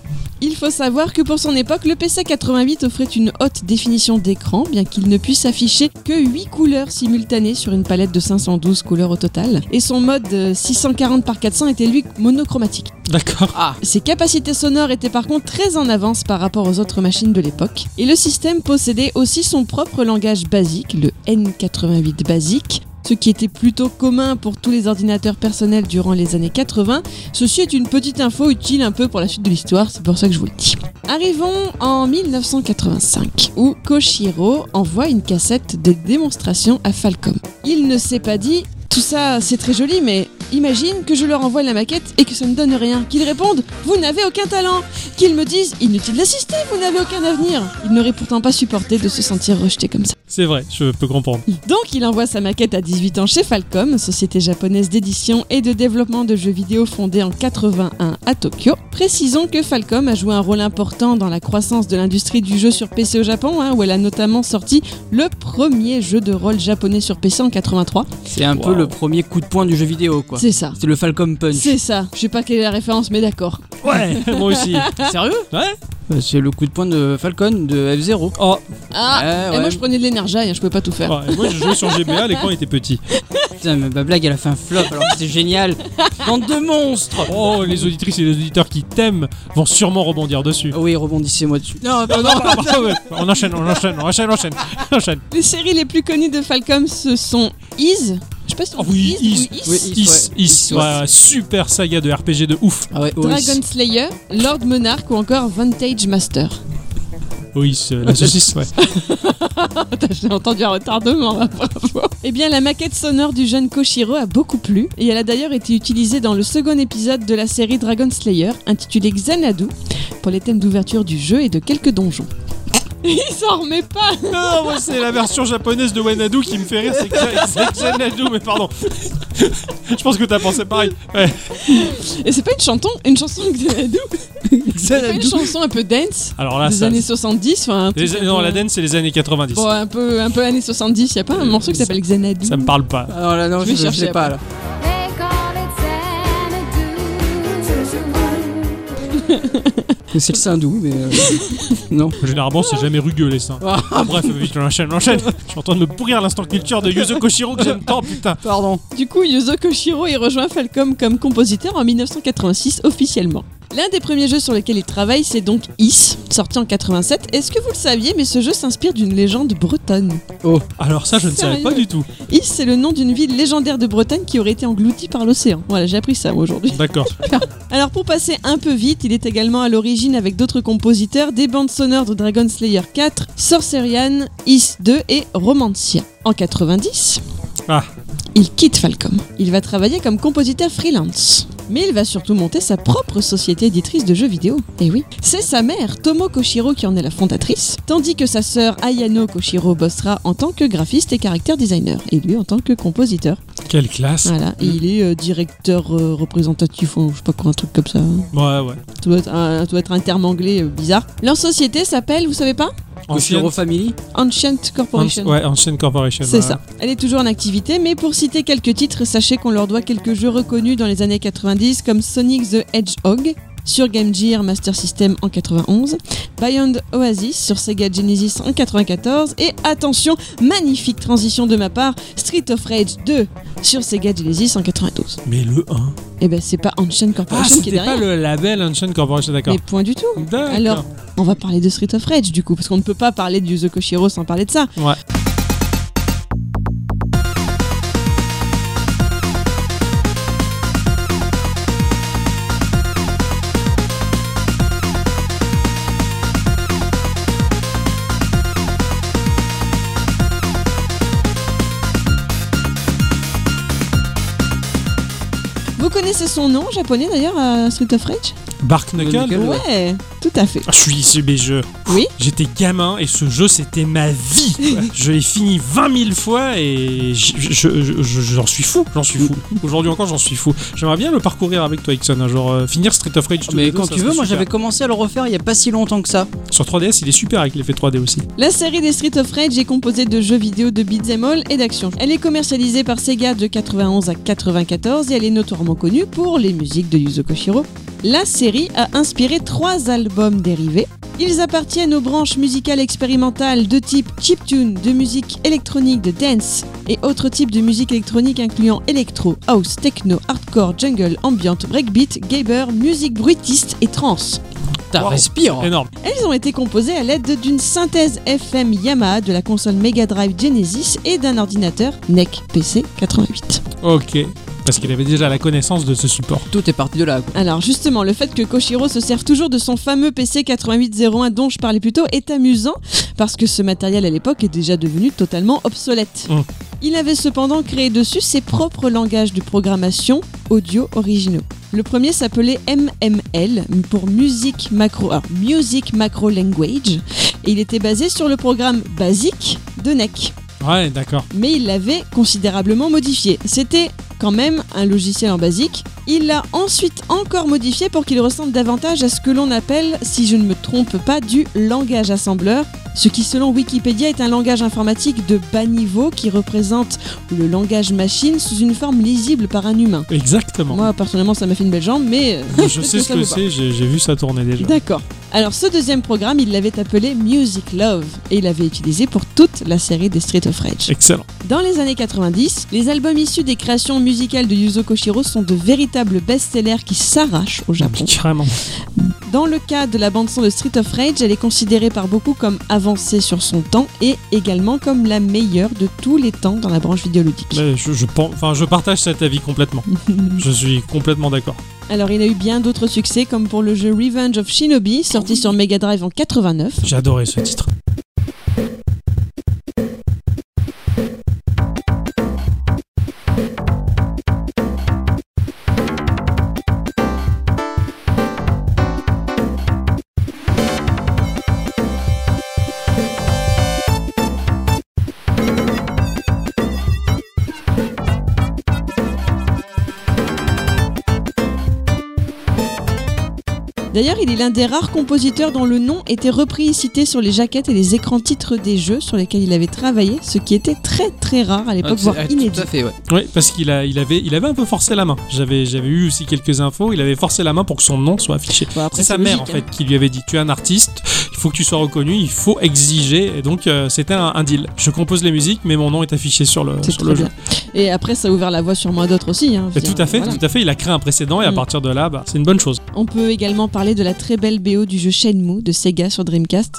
Il faut savoir que pour son époque, le PC 88 offrait une haute définition d'écran, bien qu'il ne puisse afficher que 8 couleurs simultanées sur une palette de 512 couleurs au total. Et son mode euh, 640 par 400 était lui monochromatique.
D'accord.
Ah
Ses capacités sonores étaient par contre très en avance par rapport aux autres machines de l'époque, et le système possédait aussi son propre langage basique, le N88 basique, ce qui était plutôt commun pour tous les ordinateurs personnels durant les années 80. Ceci est une petite info utile un peu pour la suite de l'histoire, c'est pour ça que je vous le dis. Arrivons en 1985, où Koshiro envoie une cassette de démonstration à Falcom. Il ne s'est pas dit tout ça, c'est très joli, mais imagine que je leur envoie la maquette et que ça ne donne rien. Qu'ils répondent Vous n'avez aucun talent Qu'ils me disent Inutile d'assister, vous n'avez aucun avenir Il n'aurait pourtant pas supporté de se sentir rejeté comme ça.
C'est vrai, je peux comprendre.
Donc il envoie sa maquette à 18 ans chez Falcom, société japonaise d'édition et de développement de jeux vidéo fondée en 81 à Tokyo. Précisons que Falcom a joué un rôle important dans la croissance de l'industrie du jeu sur PC au Japon, hein, où elle a notamment sorti le premier jeu de rôle japonais sur PC en 83.
C'est un
Wow.
peu le premier coup de poing du jeu vidéo, quoi.
C'est ça.
C'était le Falcom Punch.
C'est ça. Je sais pas quelle est la référence, mais d'accord.
Ouais, [LAUGHS] moi
[LAUGHS]
aussi.
Sérieux
Ouais
Euh, C'est le coup de poing de Falcon de F0.
Oh,
Ah
Ouais,
Et
ouais.
moi, je prenais de l'énergie, hein, je pouvais pas tout faire.
ouais, moi je jouais sur GBA, l'écran était petit.
Putain, mais ma blague, elle a fait un flop alors que c'est génial. Bande de monstres
Oh, les auditrices et les auditeurs qui t'aiment vont sûrement rebondir dessus.
Ah Oui, rebondissez-moi dessus.
Non, non, non, ouais. on enchaîne, on enchaîne, on enchaîne, on enchaîne, on enchaîne.
Les séries les plus connues de Falcom, ce sont Is. Je sais pas si on
Oh
dit
oui, Is.
Is ou Ah Is.
Oui, Is,
Is,
ouais.
Is,
Is, ouais.
ouais, super saga de RPG de ouf.
Ah ouais,
Dragon Slayer, Lord Monarch ou encore Vantage Master.
Oh, Is, euh, la saucisse, ouais.
J'ai entendu un retardement, là, bravo. Eh bien, la maquette sonore du jeune Koshiro a beaucoup plu et elle a d'ailleurs été utilisée dans le second épisode de la série Dragon Slayer intitulé Xanadu pour les thèmes d'ouverture du jeu et de quelques donjons. [LAUGHS] Il s'en remet pas
Non, moi c'est la version japonaise de Wanadu qui me fait rire, c'est que c'est Xanadu, mais pardon. Je pense que t'as pensé pareil. Ouais.
Et c'est pas une chanson, une chanson Xanadu C'est pas une chanson un peu dance
Alors là,
des
Ah, ça.
années 70 enfin, un
les-
truc un
non,
peu-
la dance, c'est les années 90.
Bon, un peu, un peu années 70, y a pas un morceau qui s'appelle Xanadu
Euh, Ça me parle pas.
Alors là, non,
Je vais
je, je
chercher
sais pas là.
They call it Xanadu.
C'est le Sindou, mais.
[LAUGHS]
euh, non.
Généralement, c'est jamais rugueux les seins. Ah, bref, vite, on enchaîne, on enchaîne. Je suis en train de me pourrir l'instant culture de Yuzo Koshiro que j'aime tant, putain.
Pardon.
Du coup, Yuzo Koshiro y rejoint Falcom comme compositeur en 1986 officiellement. L'un des premiers jeux sur lesquels il travaille, c'est donc Is, sorti en 87. Est-ce que vous le saviez, mais ce jeu s'inspire d'une légende bretonne.
Alors ça, je ne savais pas
Sérieux
du tout.
Is, c'est le nom d'une ville légendaire de Bretagne qui aurait été engloutie par l'océan. Voilà, j'ai appris ça moi, aujourd'hui.
D'accord.
Alors pour passer un peu vite, il est également à l'origine avec d'autres compositeurs des bandes sonores de Dragon Slayer 4, Sorcerian, Is 2 et Romancia. En 90,
Ah.
il quitte Falcom. Il va travailler comme compositeur freelance. Mais il va surtout monter sa propre société éditrice de jeux vidéo. Et oui, c'est sa mère, Tomo Koshiro, qui en est la fondatrice, tandis que sa sœur Ayano Koshiro bossera en tant que graphiste et caractère designer, et lui en tant que compositeur.
Quelle classe.
Voilà, et il est euh, directeur euh, représentatif, ou je sais pas quoi, un truc comme ça.
Ouais, ouais.
Ça doit être un, ça doit être un terme anglais euh, bizarre. Leur société s'appelle, vous savez pas
Ancienne,
Koshiro Family.
Ancient Corporation.
Anci- ouais, Ancienne Corporation.
C'est
ouais.
ça. Elle est toujours en activité, mais pour citer quelques titres, sachez qu'on leur doit quelques jeux reconnus dans les années 90 comme Sonic the Hedgehog sur Game Gear Master System en 91, Beyond Oasis sur Sega Genesis en 94 et attention, magnifique transition de ma part, Street of Rage 2 sur Sega Genesis en 92.
Mais le 1.
Et ben c'est pas Ancient
Ah,
Corporation qui est
c'était pas
derrière.
le label Ancienne Corporation, d'accord.
Mais point du tout.
D'accord.
Alors, on va parler de Street of Rage du coup, parce qu'on ne peut pas parler de Yuzo Koshiro sans parler de ça.
Ouais.
Vous connaissez son nom japonais d'ailleurs, euh, Street of Rage
Bark Knuckle.
Knuckle. Ouais.
Ouais, tout à fait.
Ah, Je suis issu des jeux.
Oui.
J'étais gamin et ce jeu c'était ma vie.
[LAUGHS]
quoi. je l'ai fini 20 000 fois et j- je- je- je- je- j'en suis fou. J'en suis fou. Aujourd'hui encore j'en suis fou. J'aimerais bien le parcourir avec toi Ixon. hein, genre euh, finir Street of Rage. tous les
Mais
deux,
quand tu
ça
veux,
serait
moi
super.
j'avais commencé à le refaire il y a pas si longtemps que ça.
Sur 3DS il est super avec l'effet 3D aussi.
La série des Street of Rage est composée de jeux vidéo de beat'em all et d'action. Elle est commercialisée par Sega de 91 à 94 et elle est notoirement connue pour les musiques de Yuzo Koshiro. La série a inspiré trois albums dérivés. Ils appartiennent aux branches musicales expérimentales de type chiptune, de musique électronique, de dance et autres types de musique électronique incluant électro, house, techno, hardcore, jungle, ambient, breakbeat, gabber, musique bruitiste et trance.
T'as
Wow.
respire
Énorme.
Elles ont été composées à l'aide d'une synthèse FM Yamaha de la console Mega Drive Genesis et d'un ordinateur NEC PC 88.
Ok. Parce qu'il avait déjà la connaissance de ce support.
Tout est parti de là. quoi.
Alors justement, le fait que Koshiro se serve toujours de son fameux PC 8801 dont je parlais plus tôt est amusant parce que ce matériel à l'époque est déjà devenu totalement obsolète.
Mm.
Il avait cependant créé dessus ses propres langages de programmation audio originaux. Le premier s'appelait MML pour Music Macro, alors, Music Macro Language et il était basé sur le programme basique de NEC
Ouais d'accord.
mais il l'avait considérablement modifié. C'était quand même un logiciel en basique Il l'a ensuite encore modifié pour qu'il ressemble davantage à ce que l'on appelle, si je ne me trompe pas, du langage assembleur, ce qui selon Wikipédia est un langage informatique de bas niveau qui représente le langage machine sous une forme lisible par un humain.
Exactement.
Moi personnellement ça m'a fait une belle jambe, mais... euh,
je
[LAUGHS] peut-être
sais
que
ce
ça
que
vaut pas.
c'est, j'ai j'ai vu ça tourner déjà.
D'accord. Alors ce deuxième programme, il l'avait appelé Music Love et il l'avait utilisé pour toute la série des Street of Rage.
Excellent.
Dans les années 90, les albums issus des créations musicales de Yuzo Koshiro sont de véritables best-sellers qui s'arrachent au Japon.
Carrément.
Dans le cas de la bande-son de Street of Rage, elle est considérée par beaucoup comme avancée sur son temps et également comme la meilleure de tous les temps dans la branche vidéoludique.
Mais je, je pense- enfin, je partage cet avis complètement. je suis complètement d'accord.
Alors il a eu bien d'autres succès comme pour le jeu Revenge of Shinobi sorti sur Mega Drive en 89.
J'ai adoré ce titre.
D'ailleurs, il est l'un des rares compositeurs dont le nom était repris et cité sur les jaquettes et les écrans titres des jeux sur lesquels il avait travaillé, ce qui était très très rare à l'époque, voire
Ah, tout-
inédit.
Tout à fait, ouais.
Oui, parce qu'il a, il avait, il avait un peu forcé la main. J'avais, j'avais eu aussi quelques infos. Il avait forcé la main pour que son nom soit affiché.
Bon, Bah, après,
C'est sa
c'est
mère en
logique, hein.
fait qui lui avait dit tu es un artiste, il faut que tu sois reconnu, il faut exiger. Et donc euh, c'était un, un deal. Je compose les musiques, mais mon nom est affiché sur le,
C'est
sur
très
le jeu.
bien. Et après, ça a ouvert la voie sûrement à d'autres aussi. hein. Je
Et
veux
tout
dire,
à fait,
voilà.
tout à fait. Il a créé un précédent et à
Mm.
partir de là, bah, c'est une bonne chose.
On peut également parler de la très belle BO du jeu Shenmue de Sega sur Dreamcast.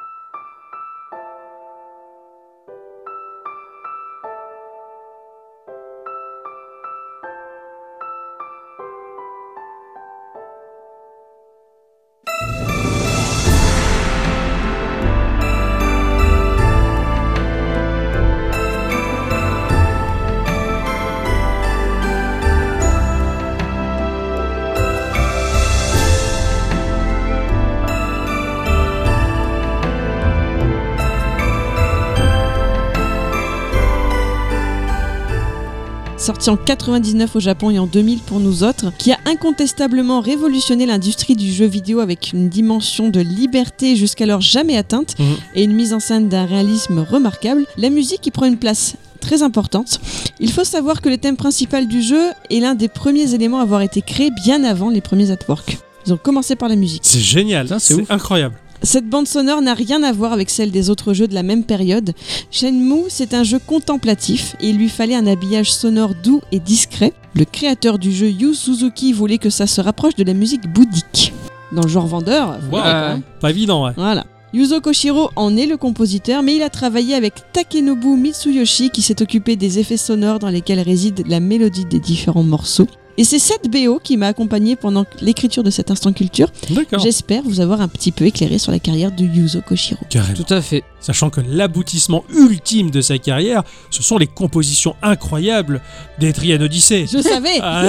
sorti en 99 au Japon et en 2000 pour nous autres, qui a incontestablement révolutionné l'industrie du jeu vidéo avec une dimension de liberté jusqu'alors jamais atteinte
Mhm.
et une mise en scène d'un réalisme remarquable, la musique y prend une place très importante. Il faut savoir que le thème principal du jeu est l'un des premiers éléments à avoir été créé bien avant les premiers artworks. Ils ont commencé par la musique.
C'est génial,
Putain, c'est
c'est
ouf.
incroyable.
Cette bande sonore n'a rien à voir avec celle des autres jeux de la même période. Shenmue, c'est un jeu contemplatif et il lui fallait un habillage sonore doux et discret. Le créateur du jeu Yu Suzuki voulait que ça se rapproche de la musique bouddhique. Dans le genre vendeur, faut
Wow.
dire, hein.
Pas évident, ouais.
voilà. Yuzo Koshiro en est le compositeur, mais il a travaillé avec Takenobu Mitsuyoshi qui s'est occupé des effets sonores dans lesquels réside la mélodie des différents morceaux. Et c'est cette BO qui m'a accompagné pendant l'écriture de cet instant culture.
D'accord.
J'espère vous avoir un petit peu éclairé sur la carrière de Yuzo Koshiro.
Carrément.
Tout à fait.
Sachant que l'aboutissement ultime de sa carrière, ce sont les compositions incroyables des Trian Odyssey. [LAUGHS]
Je savais
Ah,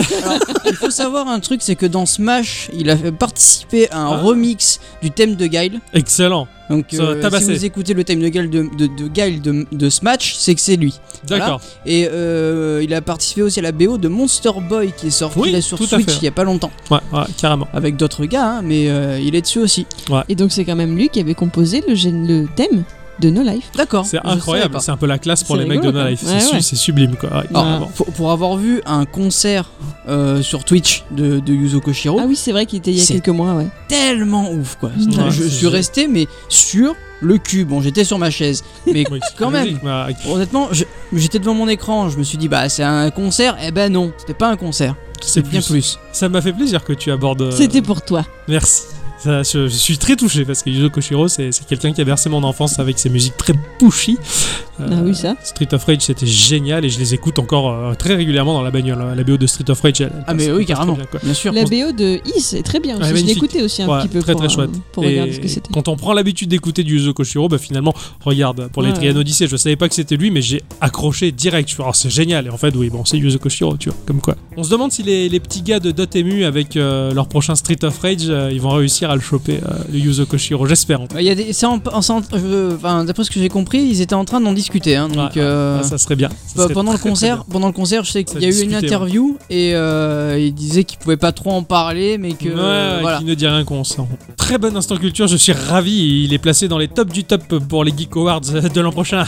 Il faut savoir un truc, c'est que dans Smash, il a participé à un
Ah.
remix du thème de Guile.
excellent.
Donc
Ça
euh,
va tabasser.
si vous écoutez le thème de Guile de, de, de Guile de, de Smash, c'est que c'est lui.
D'accord.
Et euh, il a participé aussi à la BO de Monster Boy qui est sorti
Oui,
là sur
tout à
Switch
fait.
il y a pas longtemps.
Ouais, ouais, carrément.
Avec d'autres gars, hein, mais euh, il est dessus aussi.
Et donc c'est quand même lui qui avait composé le, gène- le thème de No Life.
D'accord.
C'est
je savais
incroyable.
pas.
C'est un peu la classe pour
C'est
les mecs de
rigolo,
No
quoi.
Life. c'est,
Ouais,
su-
ouais.
c'est sublime, quoi. Ouais,
Alors,
carrément.
pour, pour avoir vu un concert euh, sur Twitch de, de Yuzo
Oh.
Koshiro,
Ah oui, c'est vrai qu'il était il y a
C'est-
quelques mois, ouais.
tellement ouf quoi.
Ouais,
je
c'est
suis
vrai.
resté mais sur le cul. Bon, j'étais sur ma chaise, mais
[LAUGHS] Oui, c'est
quand même.
logique, mais-
honnêtement, je- j'étais devant mon écran, je me suis dit bah c'est un concert. Eh ben non, c'était pas un concert.
C'est
bien plus.
Ça m'a fait plaisir que tu abordes. euh,
C'était pour toi.
Merci. Ça, je, je suis très touché parce que Yuzo Koshiro, c'est, c'est quelqu'un qui a bercé mon enfance avec ses musiques très pushy. Euh,
Ah oui, ça.
Street of Rage, c'était génial et je les écoute encore euh, très régulièrement dans la bagnole. hein. La BO de Street of Rage, elle, elle
Ah mais
passe-
oui
elle passe
carrément,
très bien, quoi.
bien sûr.
La BO de Is est très bien
Ouais, euh,
aussi. je l'ai
Ah, magnifique.
écouté aussi un
Ouais,
petit peu
très,
pour,
très
euh,
chouette.
pour
Et
regarder ce que c'était.
Quand on prend l'habitude d'écouter du Yuzo Koshiro, bah finalement, regarde, pour les
Ouais.
Trian Odyssey, je savais pas que c'était lui, mais j'ai accroché direct. Je fais, alors c'est génial. Et en fait, oui, bon, c'est Yuzo Koshiro, tu vois, comme quoi. On se demande si les, les petits gars de Dotemu, avec euh, leur prochain Street of Rage, euh, ils vont réussir à à le choper, euh, le Yuzo Koshiro, j'espère. en tout cas.
Il y a des, c'est en- en- c'est en- je- enfin, d'après ce que j'ai compris, ils étaient en train d'en discuter. hein, donc,
Ouais,
euh,
Ah, ça serait bien. Ça
Bah,
serait
pendant,
très, très
le concert,
bien.
pendant le concert, je sais
Ça
qu'il y a eu une
discutait, ouais.
interview et euh, il disait qu'il pouvait pas trop en parler, mais que
Ouais,
euh, voilà.
qui ne dit rien qu'on sent. Très bon instant culture, je suis ravi. Il est placé dans les tops du top pour les Geek Awards de
[LAUGHS]
l'an prochain.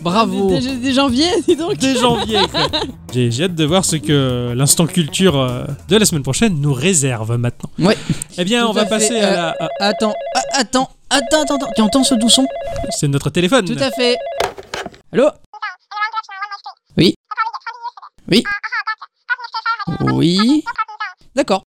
Bravo.
Dès, dès- dès janvier, dis [LAUGHS] donc.
Dès janvier. quoi. J'ai j'ai hâte de voir ce que l'instant culture euh, de la semaine prochaine nous réserve maintenant.
Ouais.
Eh bien,
Tout
on va
à fait,
passer à
euh,
la. à-
Attends, a- attends, attends, attends, attends. Tu entends ce doux son
C'est notre téléphone.
Tout à fait. Allô Oui. Oui. Oui. D'accord.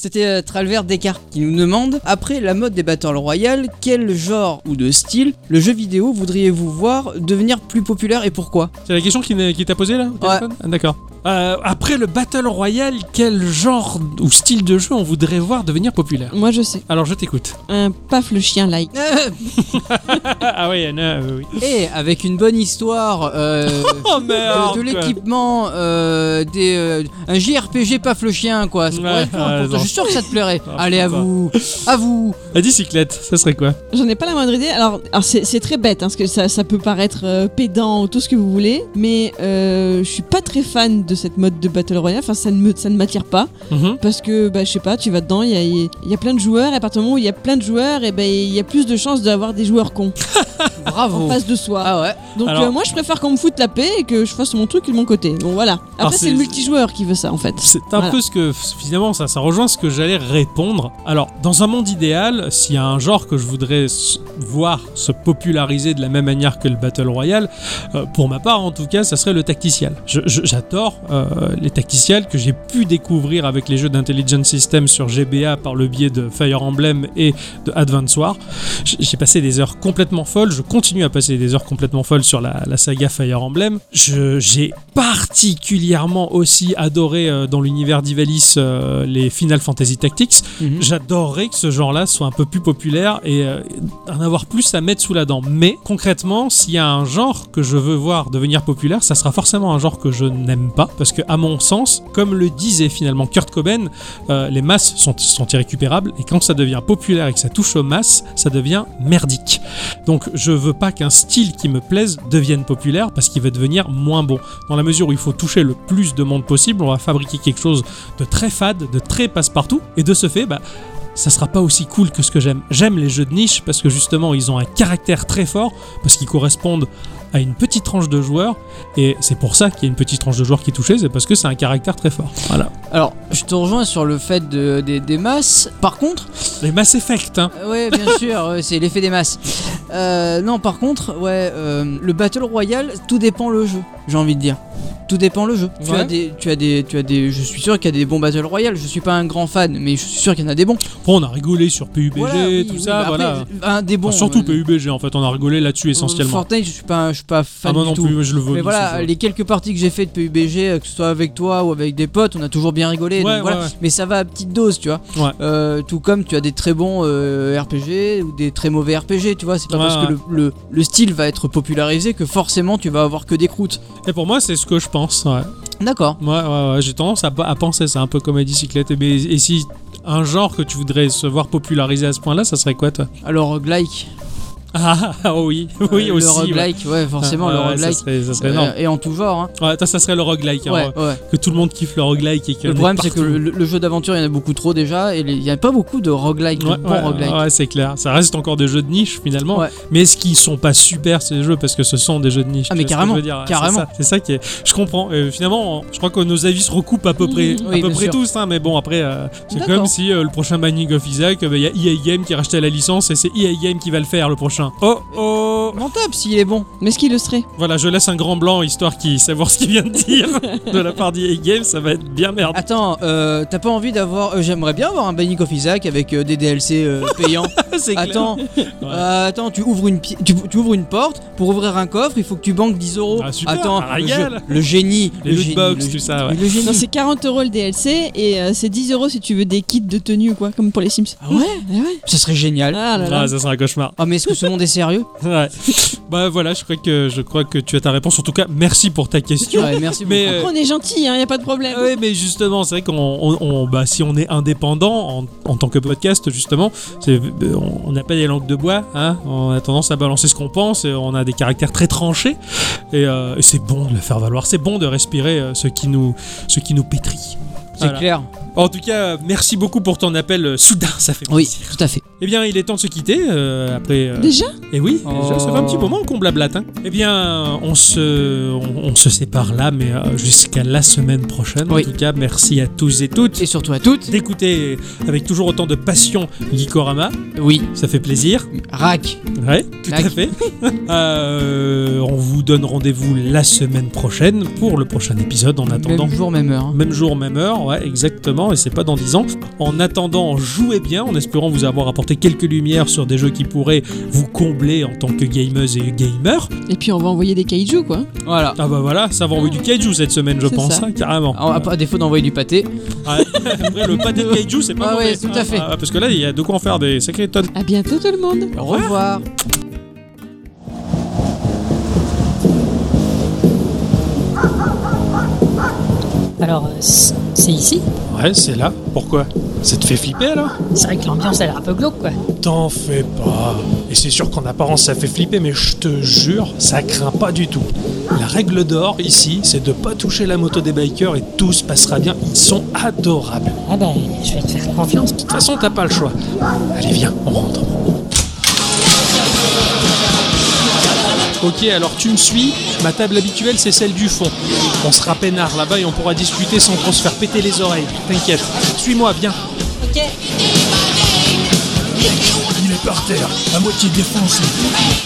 C'était euh, Tralvert Descartes qui nous demande Après la mode des Battle Royale, quel genre ou de style le jeu vidéo voudriez-vous voir devenir plus populaire et pourquoi
C'est la question qui, n'est- qui t'a posée là au téléphone Ah, D'accord. Euh, après le Battle Royale, quel genre ou style de jeu on voudrait voir devenir populaire
Moi je sais,
Alors
[LAUGHS]
je t'écoute.
un paf le chien like.
Ah, ah oui, Anna, euh, oui.
Et Eh, avec une bonne histoire euh,
Oh
de,
merde
de
quoi.
l'équipement, euh, des, euh, un JRPG paf le chien quoi. Ça pourrait
Ouais,
être fun, pour toi.
ouais, non.
je suis sûr que ça te plairait.
Ah,
Allez à
pourquoi
vous, à vous.
La bicyclette, ça serait quoi
J'en ai pas la moindre idée. Alors, alors c'est c'est très bête, hein, parce que ça, ça peut paraître euh, pédant ou tout ce que vous voulez, mais euh, je suis pas très fan de cette mode de Battle Royale. Enfin, ça ne me- ça ne m'attire pas.
Mhm.
Parce que, bah, je sais pas, tu vas dedans, il y a, il y a plein de joueurs, et à partir du moment où il y a plein de joueurs, et ben il y a plus de chances d'avoir des joueurs
[LAUGHS]
cons en
Bravo.
face de soi.
Ah ouais.
Donc,
Alors-
euh, moi, je préfère qu'on me foute la paix et que je fasse mon truc de mon côté. Bon, voilà.
Alors,
Après, c'est
c'est-
le multijoueur qui veut ça, en fait.
C'est un
Voilà.
peu ce que finalement ça, ça rejoint ce que j'allais répondre. Alors, dans un monde idéal, s'il y a un genre que je voudrais s- voir se populariser de la même manière que le Battle Royale, euh, pour ma part en tout cas, ça serait le tacticiel. Je- je- J'adore euh, les tacticiels que j'ai pu découvrir avec les jeux d'intelligence system sur GBA par le biais de Fire Emblem et de Advance War. J- J'ai passé des heures complètement folles, je continue à passer des heures complètement folles sur la, la saga Fire Emblem. Je- J'ai particulièrement aussi adoré euh, dans l'univers d'Ivalis euh, les Final Fantasy Tactics.
Mhm.
J'adorerais que ce genre-là soit un peu plus populaire et euh, en avoir plus à mettre sous la dent. Mais concrètement, s'il y a un genre que je veux voir devenir populaire, ça sera forcément un genre que je n'aime pas. Parce que, à mon sens, comme le disait finalement Kurt Cobain, euh, les masses sont, sont irrécupérables et quand ça devient populaire et que ça touche aux masses, ça devient merdique. Donc je veux pas qu'un style qui me plaise devienne populaire parce qu'il va devenir moins bon. Dans la mesure où il faut toucher le plus de monde possible, on va fabriquer quelque chose de très fade, de très passe-partout et de ce fait, bah ça sera pas aussi cool que ce que j'aime. J'aime les jeux de niche parce que justement ils ont un caractère très fort parce qu'ils correspondent à une petite tranche de joueurs et c'est pour ça qu'il y a une petite tranche de joueurs qui est touchée, c'est parce que c'est un caractère très fort. Voilà.
Alors, je te rejoins sur le fait de- des- des masses. Par contre, euh,
Les Mass Effect, hein.
Ouais,
[LAUGHS]
bien sûr, ouais, c'est l'effet des masses. Euh, non, par contre, ouais, euh, le Battle Royale, tout dépend le jeu, j'ai envie de dire. Tout dépend le jeu. Tu
Ouais.
as des, tu as des, tu as des. Je suis sûr qu'il y a des bons Battle Royale. Je suis pas un grand fan, mais je suis sûr qu'il y en a des bons.
Après, on a rigolé sur PUBG,
Voilà, oui,
tout
oui,
ça,
bah après,
voilà.
un des bons.
Enfin, surtout
euh,
PUBG, en fait, on a rigolé là-dessus essentiellement.
Fortnite, je suis pas, un- je suis pas
Ah,
fan
moi
du
non
tout.
plus, je le vomis.
Mais
ce
voilà,
jeu.
les quelques parties que j'ai fait de PUBG, euh, que ce soit avec toi ou avec des potes, on a toujours bien rigolé.
Ouais,
donc voilà.
ouais, ouais.
Mais ça va à petite dose, tu vois.
Ouais.
Euh, tout comme tu as des très bons euh, RPG ou des très mauvais RPG, tu vois. C'est pas
Ouais,
parce que le, le- le style va être popularisé que forcément tu vas avoir que des croûtes.
Et pour moi, c'est ce que je pense, ouais.
D'accord.
Ouais, ouais, ouais, j'ai tendance à, à penser ça, un peu comme à bicyclette. Mais, et si un genre que tu voudrais se voir populariser à ce point-là, ça serait quoi, toi [LAUGHS]
Alors, roguelike.
Ah, ah, oui, oui,
Euh,
aussi.
Le
ouais.
roguelike, ouais, forcément,
Ah,
le
ouais,
roguelike.
Ça serait, ça serait
Euh,
énorme.
et en tout genre. hein.
Ouais, attends, ça serait le roguelike. hein,
ouais, ouais.
Que tout le monde kiffe le roguelike. Et qu'il y en
Le
ait
problème, c'est que
partout.
le, le jeu d'aventure, il y en a beaucoup trop déjà. Et les- il n'y a pas beaucoup de roguelike, de
Ouais,
bons
ouais,
roguelike.
ouais, c'est clair. Ça reste encore des jeux de niche finalement.
Ouais.
Mais est-ce qu'ils sont pas super ces jeux parce que ce sont des jeux de niche
Ah,
tu
mais
vois ce que
carrément,
je veux dire Ouais, c'est
carrément.
ça- C'est ça, qui est. Je comprends. Euh, finalement, on- je crois que nos avis se recoupent à peu près,
Mhm.
à
Oui,
peu
bien
près
sûr.
tous. hein, mais bon, après, euh, c'est
D'accord.
comme si euh, le prochain Mining of Isaac, euh, bah, il y a EA Game qui rachetait la licence et c'est EA Game qui va le faire le prochain. Oh oh.
Mon top, s'il est bon.
Mais ce qui le serait
Voilà, je laisse un grand blanc histoire qu'il savoir ce qu'il vient de
[LAUGHS]
dire de la part d'EA Game. Ça va être bien merde.
Attends, euh, t'as pas envie d'avoir. euh, J'aimerais bien avoir un Banning of Isaac avec euh, des DLC euh, payants.
[LAUGHS] C'est clair.
attends, euh, attends, tu ouvres, une pi- tu, tu ouvres une porte. Pour ouvrir un coffre, il faut que tu banques 10 euros.
Ah, super,
attends,
un
le,
régal.
jeu- le génie.
Les
le
loot
génie,
box,
le-
tout ça, ouais.
mais Le
Non,
génie.
c'est 40 euros le DLC et euh, c'est 10 euros si tu veux des kits de tenue ou quoi, comme pour les Sims.
Ah ouais
[LAUGHS] Ah ouais
Ça serait génial.
Ah là là.
Ah, ça sera un cauchemar.
Ah, mais est-ce que ce le monde est sérieux.
Ouais. bah voilà, je crois, que, je crois que tu as ta réponse. En tout cas, merci pour ta question.
Ouais, merci beaucoup.
Mais, euh,
Après, on est gentil, hein, y a pas de problème.
Ah Oui, mais justement, c'est vrai qu'on, on- on- bah, si on est indépendant en, en tant que podcast, justement, c'est, euh, on- on n'a pas des langues de bois, hein, on a tendance à balancer ce qu'on pense, et on a des caractères très tranchés, et, euh, et c'est bon de le faire valoir, c'est bon de respirer euh, ce qui nous, ce qui nous pétrit.
C'est
Voilà.
clair.
En tout cas, euh, merci beaucoup pour ton appel euh, soudain, ça fait
Oui,
plaisir.
tout à fait.
Eh bien, il est temps de se quitter euh, après. euh,
Déjà
et oui,
Oh.
déjà, ça fait un petit moment qu'on blablate. Hein. Eh bien, on se, on, on se sépare là, mais euh, jusqu'à la semaine prochaine.
Oui.
En tout cas, merci à tous et toutes
Et surtout à toutes.
d'écouter avec toujours autant de passion Geekorama.
Oui,
Ça fait plaisir.
rack.
Ouais, tout à
Like.
fait. [LAUGHS] Euh, on vous donne rendez-vous la semaine prochaine pour le prochain épisode. En attendant.
Même jour, même heure. hein.
Même jour, même heure, ouais, exactement, et c'est pas dans 10 ans. En attendant, jouez bien, en espérant vous avoir apporté quelques lumières sur des jeux qui pourraient vous combler en tant que gameuse et gamer.
Et puis on va envoyer des kaiju, quoi.
Voilà.
Ah bah voilà, ça va envoyer du kaiju cette semaine, je
C'est
pense,
ça.
hein, carrément.
Ah, À, à défaut d'envoyer du pâté.
Ah, [LAUGHS] après, le
[LAUGHS]
pâté de kaiju, c'est pas
Ah
mauvais.
ouais, tout à fait.
Ah, parce que là, il y a de quoi en faire des sacrées tonnes.
À bientôt tout le monde.
Au revoir.
Alors, c'est c'est ici
Ouais, c'est là. Pourquoi Ça te fait flipper, là
C'est vrai que l'ambiance, elle est un peu glauque, quoi.
T'en fais pas. Et c'est sûr qu'en apparence ça fait flipper, mais je te jure, ça craint pas du tout. La règle d'or ici, c'est de pas toucher la moto des bikers et tout se passera bien. Ils sont adorables.
Ah ben, je vais te faire confiance.
De toute façon, t'as pas le choix. Allez, viens, on rentre. Ok, alors tu me suis. Ma table habituelle, c'est celle du fond. On sera peinard là-bas et on pourra discuter sans trop se faire péter les oreilles. T'inquiète. Suis-moi, viens.
Ok.
Il est par terre, à moitié défoncé.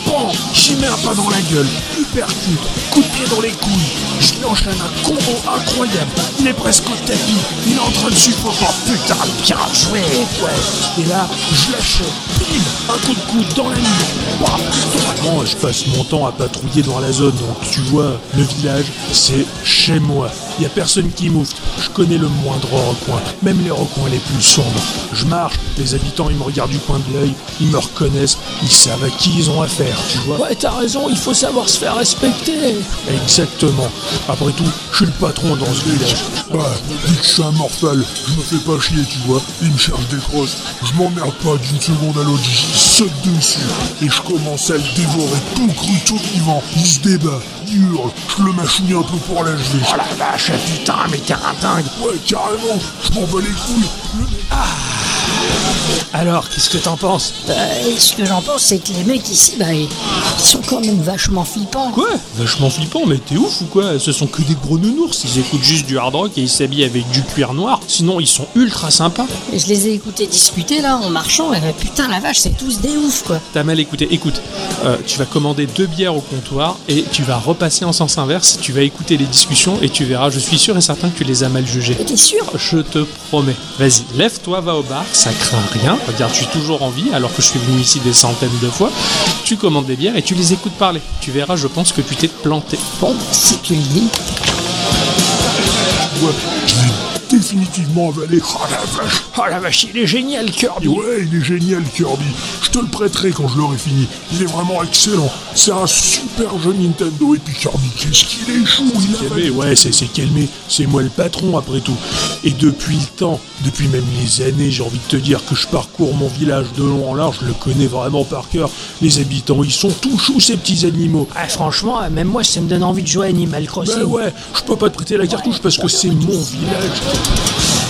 Pan J'y mets un pas dans la gueule, hypercute, coup de pied dans les couilles. Je lui enchaîne un combo incroyable. Il est presque au tapis, il est en train de supporter. Oh putain, bien joué Ouais Et là, je lâche, bim Un coup de coude dans la nuque. Bam, putain. Moi, je passe mon temps à patrouiller dans la zone, donc tu vois, le village, c'est chez moi. Y a personne qui mouffe. Je connais le moindre recoin, même les recoins les plus sombres. Je marche, les habitants ils me regardent du coin de l'œil, ils me reconnaissent, ils savent à qui ils ont affaire, tu vois. Ouais, t'as raison, il faut savoir se faire respecter. Exactement. Après tout, je suis le patron dans ce village.
Ouais, vu Bah, que je suis un morphal, je me fais pas chier, tu vois. Il me cherche des crosses. Je m'emmerde pas d'une seconde à l'autre, j'y saute dessus. Et je commence à le dévorer tout cru, tout vivant. Il se débat, il hurle, je le mâchouille un peu pour l'achever.
Oh la vache, putain, mais t'es un dingue.
Ouais, carrément, je m'en bats les couilles.
Alors, qu'est-ce que t'en penses
Euh, ce que j'en pense, c'est que les mecs ici, bah, ils ils sont quand même vachement flippants.
Quoi Vachement flippant, mais t'es ouf ou quoi Ce sont que des gros nounours, ils écoutent juste du hard rock et ils s'habillent avec du cuir noir, sinon ils sont ultra sympas.
Et je les ai écoutés discuter, là, en marchant, et euh, putain, la vache, c'est tous des oufs, quoi.
T'as mal écouté. Écoute, euh, tu vas commander deux bières au comptoir et tu vas repasser en sens inverse. Tu vas écouter les discussions et tu verras. Je suis sûr et certain que tu les as mal jugées.
Et T'es sûr
Je te promets. Vas-y, lève-toi, va au bar. Ça craint rien. Regarde, je suis toujours en vie alors que je suis venu ici des centaines de fois. Tu commandes des bières et tu les écoutes parler. Tu verras, je pense que tu t'es planté.
Bon, bah, si tu le dis.
Ouais, je l'ai définitivement avalé. Oh la vache.
Oh la vache, il est génial, Kirby.
Ouais, il est génial, Kirby. Je te le prêterai quand je l'aurai fini. Il est vraiment excellent. C'est un super jeu Nintendo. Et puis Kirby, qu'est-ce qu'il est chou, il a
calmé, ouais, c'est c'est calmé. C'est moi le patron après tout. Et depuis le temps, depuis même les années, j'ai envie de te dire que je parcours mon village de long en large, je le connais vraiment par cœur. Les habitants, ils sont tout choux ces petits animaux.
Ah, franchement, euh, même moi, ça me donne envie de jouer à Animal Crossing.
Ben ouais, je peux pas te prêter la cartouche parce que c'est mon village.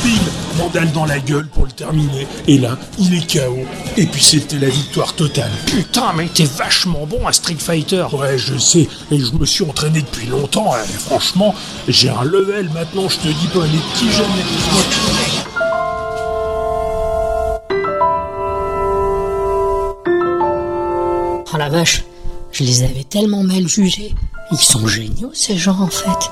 Bim, mandale dans la gueule pour le terminer. Et là, il est KO. Et puis c'était la victoire totale.
Putain, mais t'es vachement bon à Street Fighter.
Ouais, je sais, et je me suis entraîné depuis longtemps, hein. franchement, j'ai un level maintenant, je te dis pas, les petits jeunes.
Oh la vache, je les avais tellement mal jugés. Ils sont géniaux, ces gens, en fait.